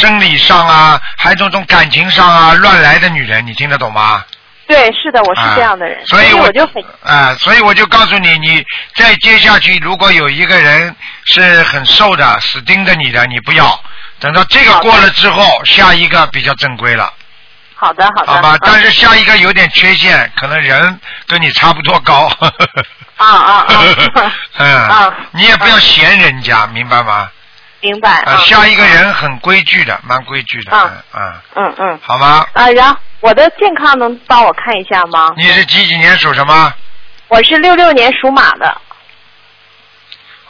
Speaker 1: 生理上啊，还有这种感情上啊乱来的女人，你听得懂吗？
Speaker 2: 对，是的，我是
Speaker 1: 啊
Speaker 2: 这样的人，
Speaker 1: 所以
Speaker 2: 以
Speaker 1: 我
Speaker 2: 我就很
Speaker 1: 啊，所以我就告诉你，你再接下去，如果有一个人是很瘦的，死盯着你的，你不要。等到这个过了之后，下一个比较正规了，
Speaker 2: 好的，好的，
Speaker 1: 好吧
Speaker 2: 嗯？
Speaker 1: 但是下一个有点缺陷，可能人跟你差不多高。，
Speaker 2: 啊啊 [laughs] 啊
Speaker 1: [laughs] 嗯
Speaker 2: 啊，
Speaker 1: 你也不要嫌人家，明白吗？
Speaker 2: 明白嗯
Speaker 1: 啊，下一个人很规矩的，蛮规矩的，
Speaker 2: 啊
Speaker 1: 嗯嗯，
Speaker 2: 嗯嗯
Speaker 1: 好吗？
Speaker 2: 啊，然后我的健康能帮我看一下吗？
Speaker 1: 你是几几年属什么？
Speaker 2: 我是六六年属马的，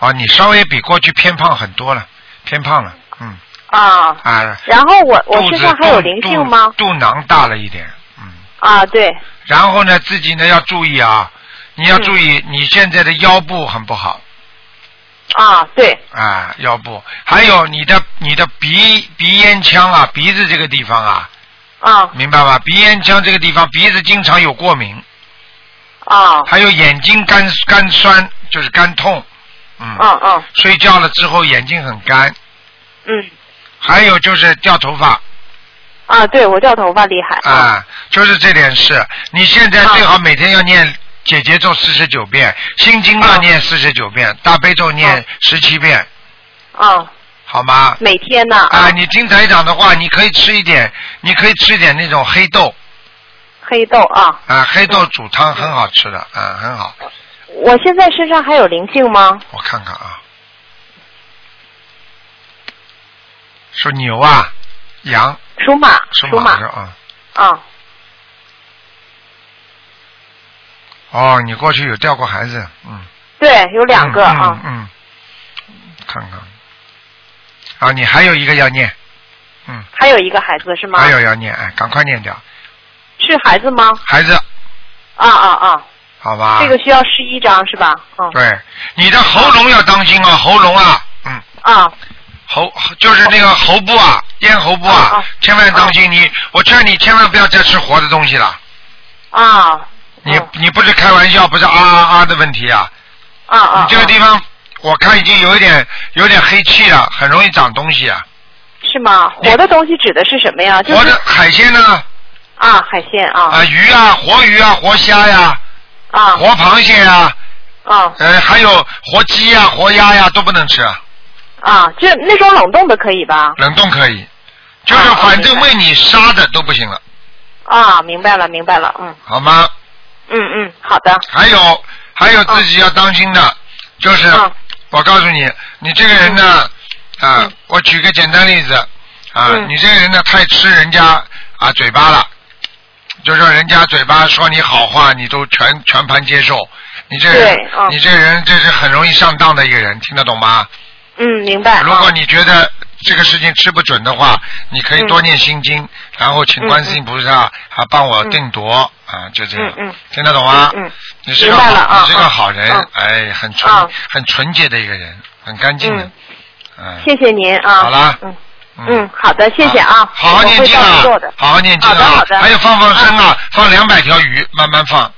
Speaker 1: 哦，你稍微比过去偏胖很多了，偏胖了，嗯
Speaker 2: 啊，
Speaker 1: 啊，
Speaker 2: 然后我我
Speaker 1: 肚
Speaker 2: 身
Speaker 1: 子
Speaker 2: 上还有
Speaker 1: 肚
Speaker 2: 灵
Speaker 1: 肚
Speaker 2: 性吗？
Speaker 1: 肚囊大了一点，嗯，
Speaker 2: 啊，对，
Speaker 1: 然后呢，自己呢要注意啊，你要注
Speaker 2: 嗯
Speaker 1: 意你现在的腰部很不好
Speaker 2: 啊对，
Speaker 1: 啊，腰部，还有你的你的鼻鼻咽腔啊，鼻子这个地方啊，
Speaker 2: 啊
Speaker 1: 明白吗？鼻咽腔这个地方，鼻子经常有过敏，
Speaker 2: 啊，
Speaker 1: 还有眼睛干干酸，就是干痛，嗯，
Speaker 2: 嗯嗯
Speaker 1: 睡觉了之后眼睛很干，
Speaker 2: 嗯，
Speaker 1: 还有就是掉头发。
Speaker 2: 啊，对我掉头发厉害，
Speaker 1: 啊，就是这点事。你现在
Speaker 2: 啊
Speaker 1: 最好每天要念姐姐咒四十九遍，心经要
Speaker 2: 啊
Speaker 1: 念四十九遍，大悲咒念十七遍，
Speaker 2: 啊，
Speaker 1: 好吗？
Speaker 2: 每天呢
Speaker 1: 啊，你听台长的话，你可以吃一点，你可以吃一点那种黑豆
Speaker 2: 黑豆啊，
Speaker 1: 啊，黑豆煮汤很好吃的，啊，很好。
Speaker 2: 我现在身上还有灵性吗？
Speaker 1: 我看看啊，属牛啊，羊，
Speaker 2: 属马，
Speaker 1: 属
Speaker 2: 属
Speaker 1: 马
Speaker 2: 马
Speaker 1: 是啊。
Speaker 2: 啊，
Speaker 1: 哦，你过去有掉过孩子，嗯。
Speaker 2: 对，有两个
Speaker 1: 嗯
Speaker 2: 啊，
Speaker 1: 嗯嗯，看看。啊，你还有一个要念，嗯，
Speaker 2: 还有一个孩子是吗？
Speaker 1: 还有要念，哎，赶快念掉。
Speaker 2: 是孩子吗？
Speaker 1: 孩子，
Speaker 2: 啊啊啊，
Speaker 1: 好吧？
Speaker 2: 这个需要十一张是吧？嗯
Speaker 1: 对，你的喉咙要当心啊，喉咙啊，嗯，
Speaker 2: 啊
Speaker 1: 喉就是那个
Speaker 2: 哦
Speaker 1: 喉部啊，咽喉部
Speaker 2: 啊
Speaker 1: 啊
Speaker 2: 啊，
Speaker 1: 千万当心你。我劝你千万不要再吃活的东西了。
Speaker 2: 啊
Speaker 1: 你
Speaker 2: 嗯
Speaker 1: 你不是开玩笑，不是啊啊啊的问题啊，
Speaker 2: 啊啊
Speaker 1: 你，这个地方我看已经有一点有点黑气了，很容易长东西啊。
Speaker 2: 是吗？
Speaker 1: 你
Speaker 2: 活的东西指的是什么呀？就
Speaker 1: 活
Speaker 2: 是
Speaker 1: 的海鲜呢？
Speaker 2: 啊，海鲜啊
Speaker 1: 啊，鱼啊，活鱼啊，活虾呀、
Speaker 2: 啊
Speaker 1: 活螃蟹呀、
Speaker 2: 啊
Speaker 1: 呃，还有活鸡呀、活鸭呀、都不能吃，
Speaker 2: 啊，就那种冷冻的可以吧？
Speaker 1: 冷冻可以，就是
Speaker 2: 啊
Speaker 1: 反正
Speaker 2: 明白
Speaker 1: 为你杀的都不行了，
Speaker 2: 啊，明白了，明白了，嗯
Speaker 1: 好吗？
Speaker 2: 嗯嗯，好的，
Speaker 1: 还有还有自己要当心的，就是、
Speaker 2: 嗯
Speaker 1: 我告诉你，你这个人呢，啊，
Speaker 2: 嗯
Speaker 1: 我举个简单例子，啊，
Speaker 2: 嗯
Speaker 1: 你这个人呢太吃人家啊嘴巴了，就说人家嘴巴说你好话，你都全全盘接受，你这个人
Speaker 2: 对嗯
Speaker 1: 你这个人这是很容易上当的一个人，听得懂吗？
Speaker 2: 嗯，明白。
Speaker 1: 如果
Speaker 2: 啊
Speaker 1: 你觉得这个事情吃不准的话，你可以
Speaker 2: 嗯
Speaker 1: 多念心经，然后请观世音菩萨还帮我定夺、啊，就这样，
Speaker 2: 嗯嗯
Speaker 1: 听得懂吗？
Speaker 2: 嗯嗯
Speaker 1: 你是个
Speaker 2: 明白了
Speaker 1: 好，
Speaker 2: 啊
Speaker 1: 你是个好人，
Speaker 2: 啊
Speaker 1: 哎，很纯、
Speaker 2: 啊
Speaker 1: 很纯洁的一个人，很干净的，嗯，
Speaker 2: 谢谢您啊。
Speaker 1: 好啦
Speaker 2: 嗯嗯，好的，谢
Speaker 1: 谢
Speaker 2: 谢啊。
Speaker 1: 好好
Speaker 2: 我
Speaker 1: 念
Speaker 2: 会
Speaker 1: 经
Speaker 2: 照
Speaker 1: 啊
Speaker 2: 着做的，
Speaker 1: 好好念经
Speaker 2: 好的
Speaker 1: 啊
Speaker 2: 好，的嗯
Speaker 1: 还有放放生啊，放两百条鱼，慢慢放，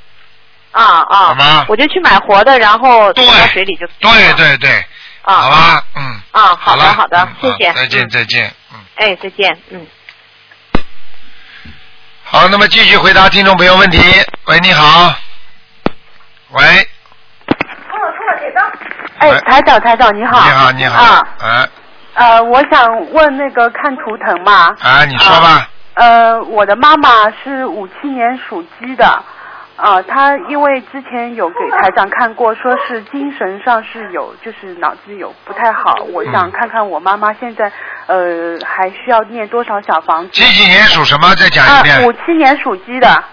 Speaker 2: 啊
Speaker 1: 好吗
Speaker 2: 啊，我就去买活的，然后
Speaker 1: 对
Speaker 2: 丢到水里就。
Speaker 1: 对。对对，
Speaker 2: 啊
Speaker 1: 好吧，嗯，
Speaker 2: 啊，好
Speaker 1: 了，
Speaker 2: 的好的
Speaker 1: 嗯，
Speaker 2: 谢谢。
Speaker 1: 再见
Speaker 2: 嗯。
Speaker 1: 再见，嗯。
Speaker 2: 哎，再见，嗯。
Speaker 1: 好，那么继续回答听众朋友问题。喂，你好。喂，
Speaker 3: 哎，台长，台长，你
Speaker 1: 你
Speaker 3: 好。
Speaker 1: 好，你好。
Speaker 3: 啊，
Speaker 1: 啊
Speaker 3: 呃，我想问那个看图腾嘛。
Speaker 1: 啊，你说吧。
Speaker 3: 呃，我的妈妈是五七年属鸡的，
Speaker 7: 啊，他因为之前有给台长看过，说是精神上是有，就是脑子有不太好。我
Speaker 1: 嗯
Speaker 7: 想看看我妈妈现在，呃，还需要念多少小房子？
Speaker 1: 几几年属什么？再讲
Speaker 7: 啊
Speaker 1: 一，遍。
Speaker 7: 五七年属鸡的，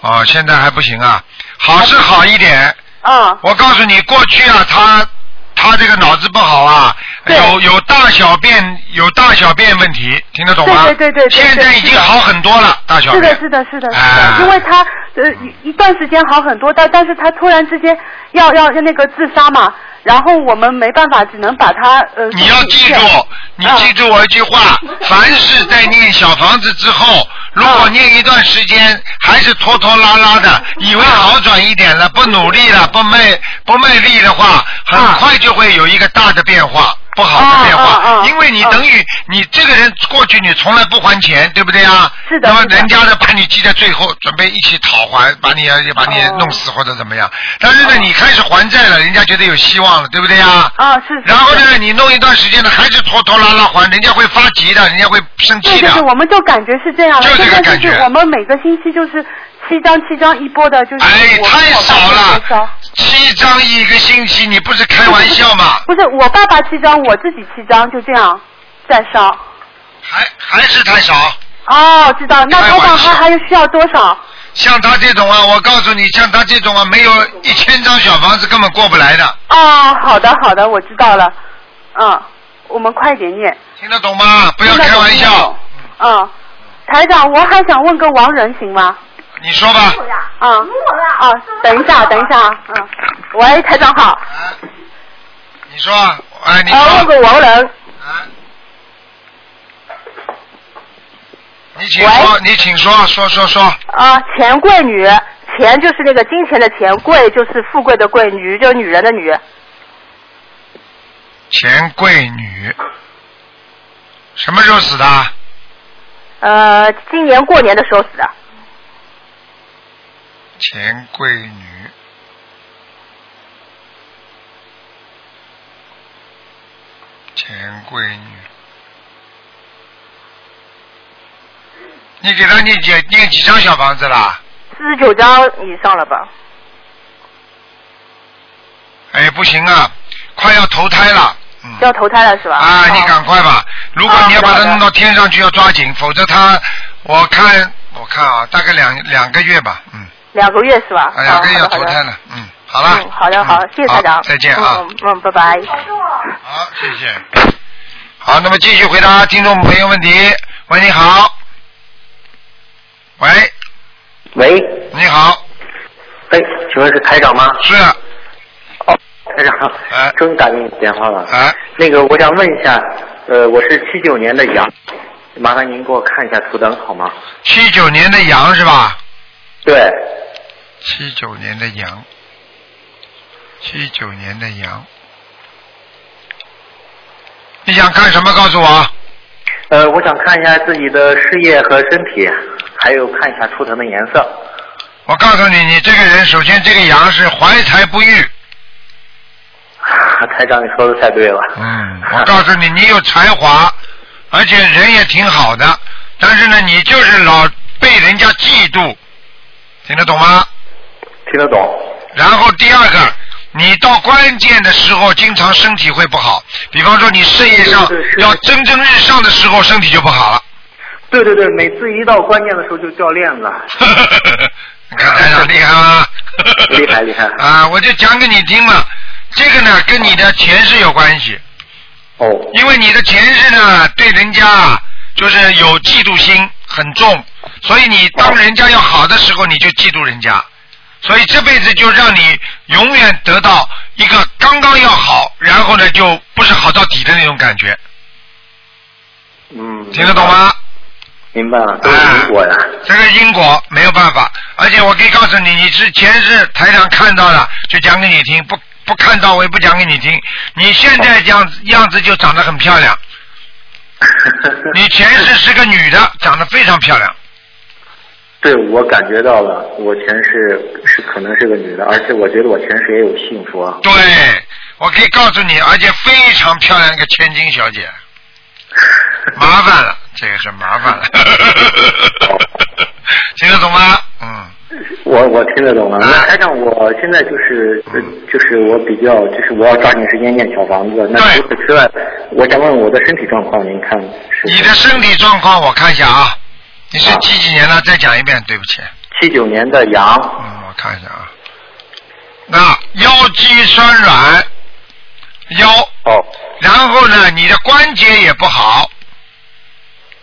Speaker 1: 哦，现在还不行啊，好是好一点。
Speaker 7: 嗯，
Speaker 1: 我告诉你，过去啊，他他这个脑子不好啊，
Speaker 7: 对
Speaker 1: 有有大小便有大小便问题，听得懂吗？
Speaker 7: 对对对对对
Speaker 1: 现在已经好很多了，大小
Speaker 7: 是
Speaker 1: 便。
Speaker 7: 的，是的，是的，是的，
Speaker 1: 哎
Speaker 7: 因为他呃一一段时间好很多，但但是他突然之间要要要那个自杀嘛，然后我们没办法，只能把他呃
Speaker 1: 你要记住
Speaker 7: 送医院，
Speaker 1: 你记住我一句
Speaker 7: 啊
Speaker 1: 话：凡是在念小房子之后，如果
Speaker 7: 啊
Speaker 1: 念一段时间还是拖拖拉拉的，以
Speaker 7: 啊
Speaker 1: 为好转一点了，不努力了，不卖不卖力的话，很快就会有一个大的变化，不好的变
Speaker 7: 啊啊
Speaker 1: 化。
Speaker 7: 啊
Speaker 1: 因为你等于你这个人过去你从来不还钱，对不对啊？
Speaker 7: 是的
Speaker 1: 那么
Speaker 7: 是的
Speaker 1: 人家呢把你记在最后，准备一起讨还，把你把你
Speaker 7: 哦
Speaker 1: 弄死或者怎么样。但是呢，你开始还债了，人家觉得有希望了，对不对啊？
Speaker 7: 啊是，是
Speaker 1: 然后
Speaker 7: 是
Speaker 1: 呢，你弄一段时间呢，还是拖拖拉拉还，人家会发急的，人家会生
Speaker 7: 对
Speaker 1: 气
Speaker 7: 对对，
Speaker 1: 的。
Speaker 7: 我们就感觉是这样了，
Speaker 1: 就这个
Speaker 7: 现在
Speaker 1: 感
Speaker 7: 就是
Speaker 1: 觉
Speaker 7: 我们每个星期就是七张七张一波的，就是
Speaker 1: 哎，
Speaker 7: 我
Speaker 1: 太
Speaker 7: 我爸
Speaker 1: 少
Speaker 7: 爸
Speaker 1: 了
Speaker 7: 七张，
Speaker 1: 七张一个星期，你不是开玩笑吗？
Speaker 7: 不是我爸爸七张，我自己七张，就这样在烧。
Speaker 1: 还还是太少。
Speaker 7: 哦，知道，那
Speaker 1: 开
Speaker 7: 台
Speaker 1: 玩
Speaker 7: 长
Speaker 1: 笑
Speaker 7: 他还需要多少？
Speaker 1: 像他这种啊，我告诉你，像他这种啊，没有一千张小房子根本过不来的，
Speaker 7: 哦，好的好的，我知道了。嗯，我们快点念。
Speaker 1: 听得懂吗？不要开玩
Speaker 7: 听得
Speaker 1: 笑
Speaker 7: 懂。。嗯，台长，我还想问个亡人行吗？
Speaker 1: 你说吧。
Speaker 7: 啊、嗯，啊、等一下，等一下啊，嗯，喂，台长好，
Speaker 1: 啊，你说，哎，你
Speaker 7: 啊，问
Speaker 1: 说，
Speaker 7: 个亡人，
Speaker 1: 啊，你请说，你请说，说说说，
Speaker 7: 啊，钱贵女，钱就是那个金钱的钱，贵就是富贵的贵，女就是女人的女，
Speaker 1: 钱贵女，什么时候死的？
Speaker 7: 呃，今年过年的时候死的，
Speaker 1: 钱贵女，钱贵女，你给他念几念几张小房子啦？
Speaker 7: 四十九张以上了吧？
Speaker 1: 哎，不行啊，快要投胎了。嗯。
Speaker 7: 要投胎了是吧？
Speaker 1: 啊，你
Speaker 7: 哦
Speaker 1: 赶快吧！如果你要把它弄到天上去，要抓紧，否则它，我看，我看啊，大概两两个月吧，嗯，
Speaker 7: 两个月是吧？
Speaker 1: 啊两个月要
Speaker 7: 好的
Speaker 1: 投
Speaker 7: 好的
Speaker 1: 胎了，嗯，好了，
Speaker 7: 嗯，好的好的，谢谢台
Speaker 1: 好
Speaker 7: 长，
Speaker 1: 再见啊，
Speaker 7: 嗯嗯，嗯拜拜。
Speaker 1: 好，谢谢。好，那么继续回答听众朋友问题。喂，你好。喂，
Speaker 8: 喂，
Speaker 1: 你好，
Speaker 8: 哎，请问是台长吗？
Speaker 1: 是，
Speaker 8: 台长，
Speaker 1: 哎
Speaker 8: 终于打进你电话了。
Speaker 1: 哎，
Speaker 8: 那个，我想问一下，呃，我是七九年的羊，麻烦您给我看一下图腾好吗？
Speaker 1: 七九年的羊是吧？
Speaker 8: 对，
Speaker 1: 七九年的羊，七九年的羊，你想看什么？告诉我。
Speaker 8: 呃，我想看一下自己的事业和身体，还有看一下图腾的颜色。
Speaker 1: 我告诉你，你这个人，首先这个羊是怀才不遇。
Speaker 8: 啊台长，你说的太对了。
Speaker 1: 嗯，我告诉你，你有才华，而且人也挺好的，但是呢，你就是老被人家嫉妒，听得懂吗？
Speaker 8: 听得懂。
Speaker 1: 然后第二个，你到关键的时候，经常身体会不好，比方说你事业上
Speaker 8: 是是是
Speaker 1: 要蒸蒸日上的时候，身体就不好了。 [laughs]
Speaker 8: 对对对，每次一到关键的时候就掉链子。
Speaker 1: 你看台长厉害吗？
Speaker 8: 厉害厉害
Speaker 1: [laughs] 啊，我就讲给你听了，这个呢跟你的前世有关系。
Speaker 8: 哦，
Speaker 1: 因为你的前世呢，对人家啊就是有嫉妒心很重，所以你当人家要好的时候，你就嫉妒人家，所以这辈子就让你永远得到一个刚刚要好，然后呢就不是好到底的那种感觉，
Speaker 8: 嗯，
Speaker 1: 听得懂吗？哎
Speaker 8: 明白了，都是因果呀。
Speaker 1: 这个因果没有办法，而且我可以告诉你，你之前是台上看到的，就讲给你听；不不看到我也不讲给你听。你现在这样子样子就长得很漂亮，你前世是个女的，长得非常漂亮。
Speaker 8: 对，我感觉到了，我前世是可能是个女的，而且我觉得我前世也有幸福啊。
Speaker 1: 对，我可以告诉你，而且非常漂亮一个千金小姐。麻烦了，这个很麻烦了。 [laughs] 听得懂吗？嗯，
Speaker 8: 我我听得懂了。那台长，我现在就是呃
Speaker 1: 嗯
Speaker 8: 就是我比较就是我要抓紧时间念小房子。那除此之外，我想问我的身体状况，您看是
Speaker 1: 你的身体状况我看一下啊，你是几几年的？再讲一遍，对不起。
Speaker 8: 七九年的羊，
Speaker 1: 嗯，我看一下啊。那腰肌酸软，腰。
Speaker 8: 哦。
Speaker 1: 然后呢，你的关节也不好，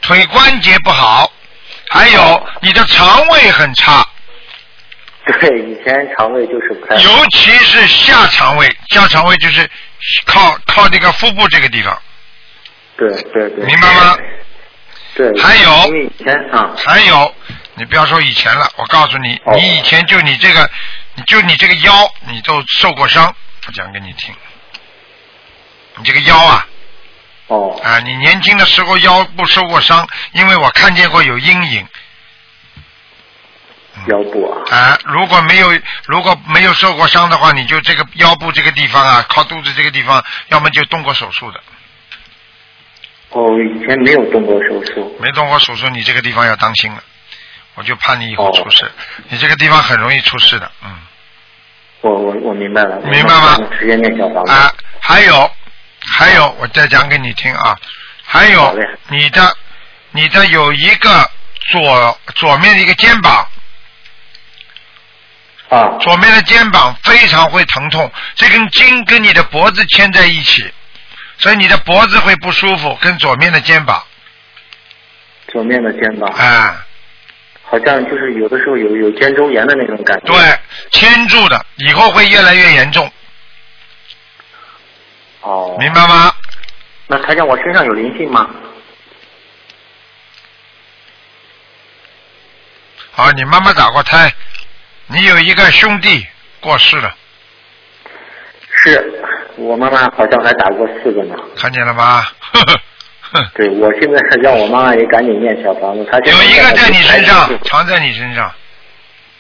Speaker 1: 腿关节不好，还有你的肠胃很差，
Speaker 8: 对，以前肠胃就是不太
Speaker 1: [laughs]
Speaker 8: 好。
Speaker 1: 尤其是下肠胃，下肠胃就是靠靠这个腹部这个地方，
Speaker 8: 对对对。
Speaker 1: 明白吗？
Speaker 8: 对。
Speaker 1: 还有
Speaker 8: 因为以前啊，
Speaker 1: 还有，你不要说以前了，我告诉你，
Speaker 8: 哦
Speaker 1: 你以前就你这个，你就你这个腰，你都受过伤。我讲给你听，你这个腰啊
Speaker 8: 哦
Speaker 1: 啊，你年轻的时候腰部受过伤，因为我看见过有阴影
Speaker 8: 腰部啊，
Speaker 1: 啊。如果没有如果没有受过伤的话，你就这个腰部这个地方啊，靠肚子这个地方，要么就动过手术的。
Speaker 8: 哦，以前没有动过手术。
Speaker 1: 没动过手术，你这个地方要当心了。我就怕你以
Speaker 8: 哦
Speaker 1: 后出事，你这个地方很容易出事的，嗯。
Speaker 8: 我我我明白了，
Speaker 1: 明白吗
Speaker 8: 我直接念小房子。
Speaker 1: 啊，还有，还有，我再讲给你听啊，还
Speaker 8: 好
Speaker 1: 有
Speaker 8: 嘞
Speaker 1: 你的，你的有一个左左面的一个肩膀，
Speaker 8: 啊
Speaker 1: 左面的肩膀非常会疼痛，这根筋跟你的脖子牵在一起，所以你的脖子会不舒服，跟左面的肩膀，
Speaker 8: 左面的肩膀，
Speaker 1: 啊，
Speaker 8: 好像就是有的时候有有肩周炎的那种感觉。
Speaker 1: 对，牵住的，以后会越来越严重，
Speaker 8: 哦，
Speaker 1: 明白吗？
Speaker 8: 那台长，我身上有灵性吗？
Speaker 1: 啊，你妈妈打过胎，你有一个兄弟过世了，
Speaker 8: 是，我妈妈好像还打过四个呢。
Speaker 1: 看见了吗？呵呵呵
Speaker 8: 对，我现在让我妈妈也赶紧念小房子，她现
Speaker 1: 有一个在你身上
Speaker 8: 还有，
Speaker 1: 藏在你身上。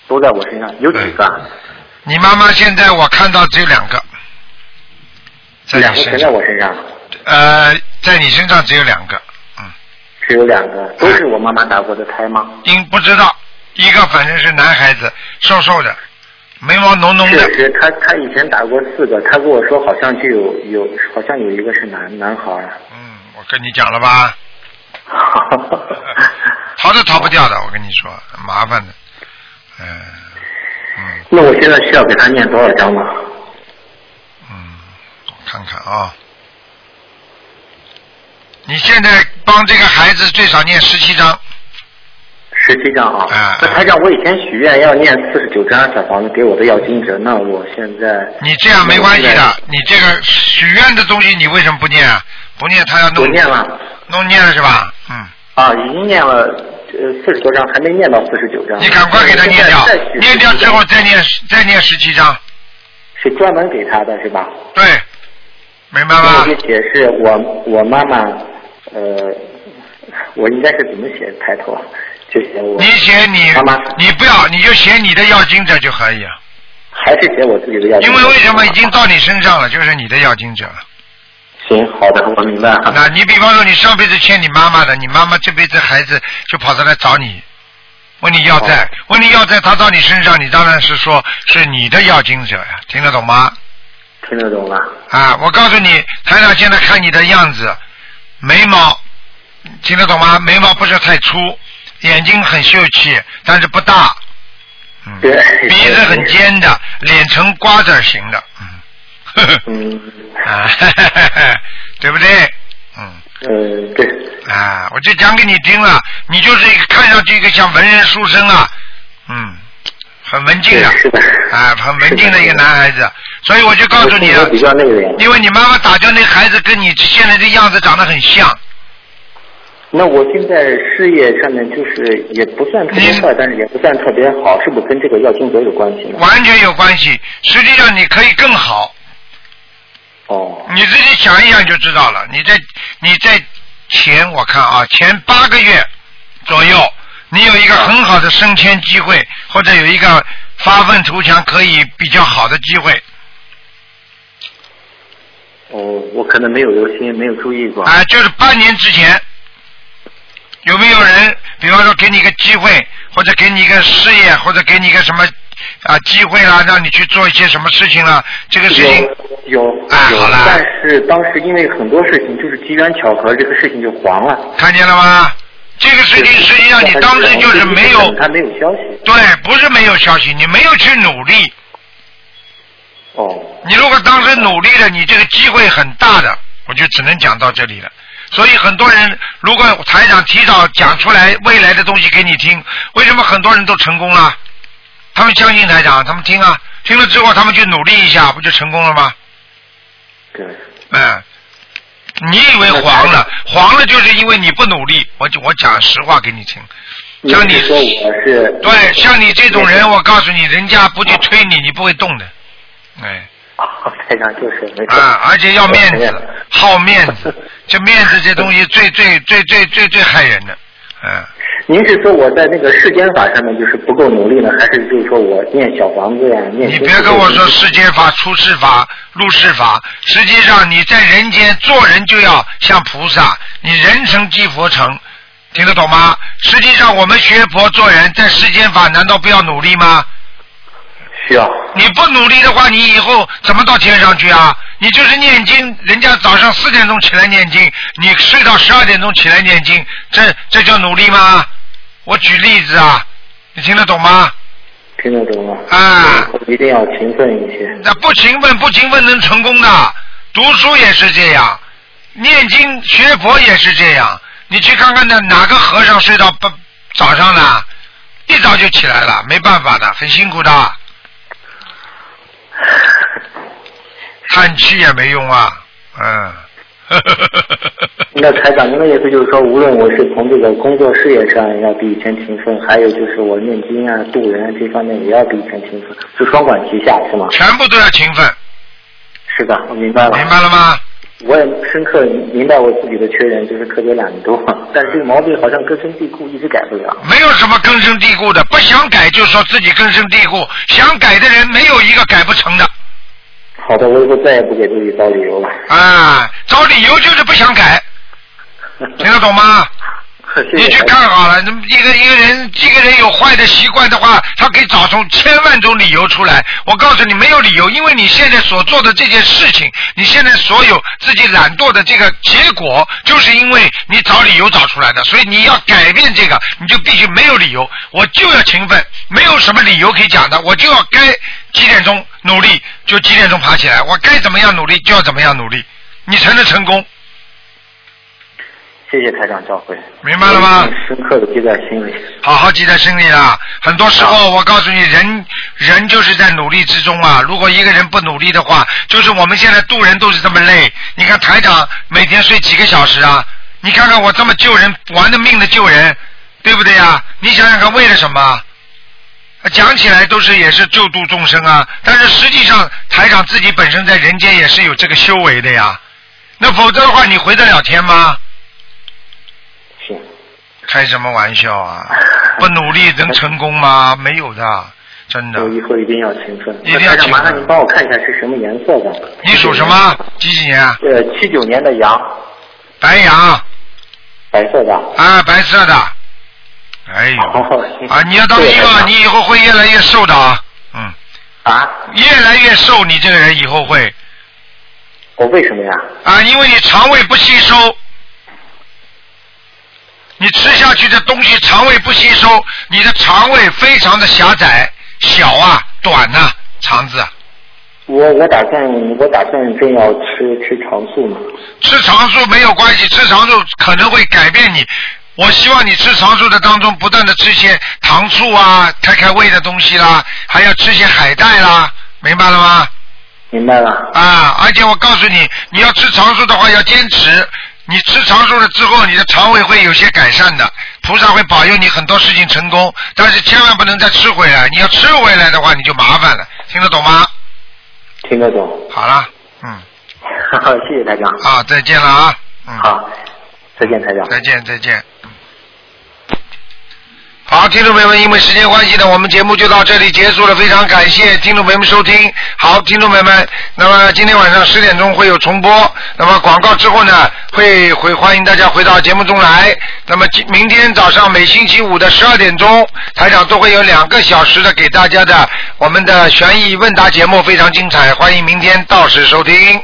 Speaker 8: 都在我身上，有几个啊？
Speaker 1: 嗯你妈妈现在我看到只有两个，在
Speaker 8: 两
Speaker 1: 你
Speaker 8: 个全
Speaker 1: 身
Speaker 8: 在
Speaker 1: 上。
Speaker 8: 我身上，
Speaker 1: 呃，在你身上只有两个，嗯
Speaker 8: 只有两个，都是我妈妈打过的胎吗？
Speaker 1: 因不知道一个反正是男孩子，瘦瘦的，眉毛浓浓
Speaker 8: 确
Speaker 1: 的。
Speaker 8: 实，她她以前打过四个，她跟我说好像就有有，好像有一个是男男孩儿。啊
Speaker 1: 嗯，我跟你讲了吧，逃都逃不掉的，我跟你说，很麻烦的。嗯、嗯
Speaker 8: [laughs] 那我现在需要给他念多少章呢？
Speaker 1: 嗯，我看看啊。你现在帮这个孩子最少念十七章，
Speaker 8: 十七章啊。
Speaker 1: 哎
Speaker 8: 那台长，我以前许愿要念四十九章小房子给我的要经者，那我现在
Speaker 1: 你这样没关系的。你这个许愿的东西，你为什么不念啊？不念他要
Speaker 8: 我
Speaker 1: 弄
Speaker 8: 念了
Speaker 1: 弄念了是吧？嗯，
Speaker 8: 啊，已经念了呃四十多章，还没念到四十九章。
Speaker 1: 你赶快给他念掉
Speaker 8: 现在再，许
Speaker 1: 念掉之后再念再念十七章，
Speaker 8: 是专门给他的是吧？
Speaker 1: 对，明白吗
Speaker 8: 我？解释，我我妈妈呃，我应该是怎么写抬头啊？就写我
Speaker 1: 你写你
Speaker 8: 妈妈
Speaker 1: 你不要，你就写你的要经者就可以了，
Speaker 8: 还是写我自己的要经
Speaker 1: 因
Speaker 8: 者？
Speaker 1: 为为什么已经到你身上了，就是你的要经者了。
Speaker 8: 行好的，我明白了。
Speaker 1: 啊那你比方说你上辈子欠你妈妈的，你妈妈这辈子孩子就跑着来找你，问你要
Speaker 8: 哦
Speaker 1: 债，问你要债，他到你身上，你当然是说是你的要经者呀，听得懂吗？
Speaker 8: 听得懂了。
Speaker 1: 啊，我告诉你，台长现在看你的样子，眉毛听得懂吗？眉毛不是太粗，眼睛很秀气，但是不大，嗯，
Speaker 8: 对
Speaker 1: 鼻子很尖的，脸呈瓜子儿形的，嗯， [laughs] 呵呵，
Speaker 8: 嗯
Speaker 1: 啊， [laughs] 呵呵呵对不对？嗯。
Speaker 8: 呃，对，
Speaker 1: 啊，我就讲给你听了，你就是一个看上去一个像文人书生啊，嗯，很文静
Speaker 8: 对
Speaker 1: 的，
Speaker 8: 是的。
Speaker 1: 啊，很文静的一个男孩子，所以我就告诉你
Speaker 8: 我
Speaker 1: 了
Speaker 8: 比，较内敛。
Speaker 1: 因为你妈妈打掉那孩子跟你现在这样子长得很像，
Speaker 8: 那我现在事业上面就是也不算特别坏，但是也不算特别好，是不是跟这个要经者有关系呢？
Speaker 1: 完全有关系。实际上你可以更好，
Speaker 8: 哦，
Speaker 1: 你自己想一想就知道了。你在你在前我看啊，前八个月左右，你有一个很好的升迁机会，或者有一个发愤图强可以比较好的机会。
Speaker 8: 哦，我可能没有留心，没有注意过。
Speaker 1: 啊啊、就是半年之前，有没有人，比方说给你一个机会，或者给你一个事业，或者给你一个什么啊机会啦，让你去做一些什么事情啦？这个事情
Speaker 8: 有
Speaker 1: 啊
Speaker 8: 有，但是当时因为很多事情就是机缘巧合，这个事情就黄了。
Speaker 1: 看见了吗？这个事情实际上你当时就是没有，
Speaker 8: 他没有消息。
Speaker 1: 对，不是没有消息，你没有去努力。
Speaker 8: 哦。
Speaker 1: 你如果当时努力了，你这个机会很大的，我就只能讲到这里了。所以很多人，如果台长提早讲出来未来的东西给你听，为什么很多人都成功了？他们相信台长，他们听啊，听了之后他们就努力一下，不就成功了吗？
Speaker 8: 对。
Speaker 1: 嗯，你以为黄了，黄了就是因为你不努力。我就我讲实话给你听，像你
Speaker 8: 说我是
Speaker 1: 对像你这种人，我告诉你，人家不去推你，你不会动的。哎。
Speaker 8: 啊台长就是没
Speaker 1: [laughs]
Speaker 8: 错
Speaker 1: 啊，而且要面
Speaker 8: 我承
Speaker 1: 子
Speaker 8: 认，
Speaker 1: 好面子， [laughs] 这面子这东西最最最最最最害人的，嗯，
Speaker 8: 您是说我在那个世间法上面就是不够努力呢，还是就是说我念小房子呀、念
Speaker 1: 你
Speaker 8: 经
Speaker 1: 别
Speaker 8: 咒
Speaker 1: 跟我说
Speaker 8: 呀
Speaker 1: 世间法、出世法、入世法，实际上你在人间做人就要像菩萨，你人成即佛成，听得懂吗？实际上我们学佛做人，在世间法难道不要努力吗？
Speaker 8: 需要
Speaker 1: 你不努力的话，你以后怎么到天上去啊？你就是念经，人家早上四点钟起来念经，你睡到十二点钟起来念经，这这叫努力吗？我举例子啊，你听得懂吗？
Speaker 8: 听得懂吗？
Speaker 1: 啊，
Speaker 8: 一定要勤奋一些。
Speaker 1: 那不勤奋，不勤奋能成功的。读书也是这样，念经学佛也是这样。你去看看那哪个和尚睡到不早上呢？一早就起来了，没办法的，很辛苦的。叹气也没用啊，嗯。 [laughs]
Speaker 8: 那台长，您的意思就是说，无论我是从这个工作事业上要比以前勤奋，还有就是我念经啊、渡人啊这方面也要比以前勤奋，是双管齐下是吗？
Speaker 1: 全部都要勤奋，
Speaker 8: 是的，我明白了。
Speaker 1: 明白了吗？
Speaker 8: 我也深刻明白我自己的缺点，就是特别懒惰， [laughs] 但是这个毛病好像根深蒂固，一直改不了。
Speaker 1: 没有什么根深蒂固的，不想改就说自己根深蒂固，想改的人没有一个改不成的。
Speaker 8: 好的，我以后再也不给自己找理由了。
Speaker 1: 啊，找理由就是不想改，听得懂吗？
Speaker 8: [laughs] 谢谢
Speaker 1: 你去看好了，那么一个一个人一个人有坏的习惯的话，他可以找出千万种理由出来。我告诉你，没有理由，因为你现在所做的这件事情，你现在所有自己懒惰的这个结果，就是因为你找理由找出来的。所以你要改变这个，你就必须没有理由，我就要勤奋，没有什么理由可以讲的，我就要该几点钟努力就几点钟爬起来，我该怎么样努力就要怎么样努力，你才能成功，
Speaker 8: 谢谢台长教诲，
Speaker 1: 明白了吗？
Speaker 8: 深刻的记在心里。
Speaker 1: 好好记在心里啦。很多时候，我告诉你，人人就是在努力之中啊。如果一个人不努力的话，就是我们现在渡人都是这么累。你看台长每天睡几个小时啊？你看看我这么救人，玩的命的救人，对不对呀、你想想看，为了什么啊？讲起来都是也是救度众生啊，但是实际上台长自己本身在人间也是有这个修为的呀。那否则的话，你回得了天吗？
Speaker 8: 是。
Speaker 1: 开什么玩笑啊！不努力能成功吗？没有的，真的
Speaker 8: 我。以后一定要勤奋。
Speaker 1: 一定要
Speaker 8: 台长
Speaker 1: 勤奋
Speaker 8: 麻烦您帮我看一下是什么颜色的？
Speaker 1: 你属什么？几几年？啊
Speaker 8: 呃，七九年的羊，
Speaker 1: 白羊
Speaker 8: 白色的。
Speaker 1: 啊，白色的。哎呦
Speaker 8: 哦
Speaker 1: 啊！你要当心啊，你以后会越来越瘦的啊，
Speaker 8: 啊？
Speaker 1: 越来越瘦，你这个人以后会
Speaker 8: 我为什么呀？
Speaker 1: 啊，因为你肠胃不吸收，你吃下去的东西肠胃不吸收，你的肠胃非常的狭窄、小啊、短呐、肠子啊。
Speaker 8: 我我打算我打算真要吃吃长素嘛。
Speaker 1: 吃长素没有关系，吃长素可能会改变你。我希望你吃长素的当中，不断的吃些糖醋啊、开开胃的东西啦，还要吃些海带啦，明白了吗？
Speaker 8: 明白了。
Speaker 1: 啊，而且我告诉你，你要吃长素的话，要坚持。你吃长素了之后，你的肠胃会有些改善的，菩萨会保佑你很多事情成功。但是千万不能再吃回来，你要吃回来的话，你就麻烦了，听得懂吗？
Speaker 8: 听得懂。 [laughs]
Speaker 1: 好了，嗯，
Speaker 8: 谢谢台长。
Speaker 1: 啊，再见了啊。
Speaker 8: 好，再见台长。
Speaker 1: 再见，再见。嗯好，听众朋友们，因为时间关系呢，我们节目就到这里结束了。非常感谢听众朋友们收听。好，听众朋友们，那么今天晚上十点钟会有重播。那么广告之后呢，会回欢迎大家回到节目中来。那么今明天早上每星期五的十二点钟，台长都会有两个小时的给大家的我们的悬疑问答节目，非常精彩，欢迎明天到时收听。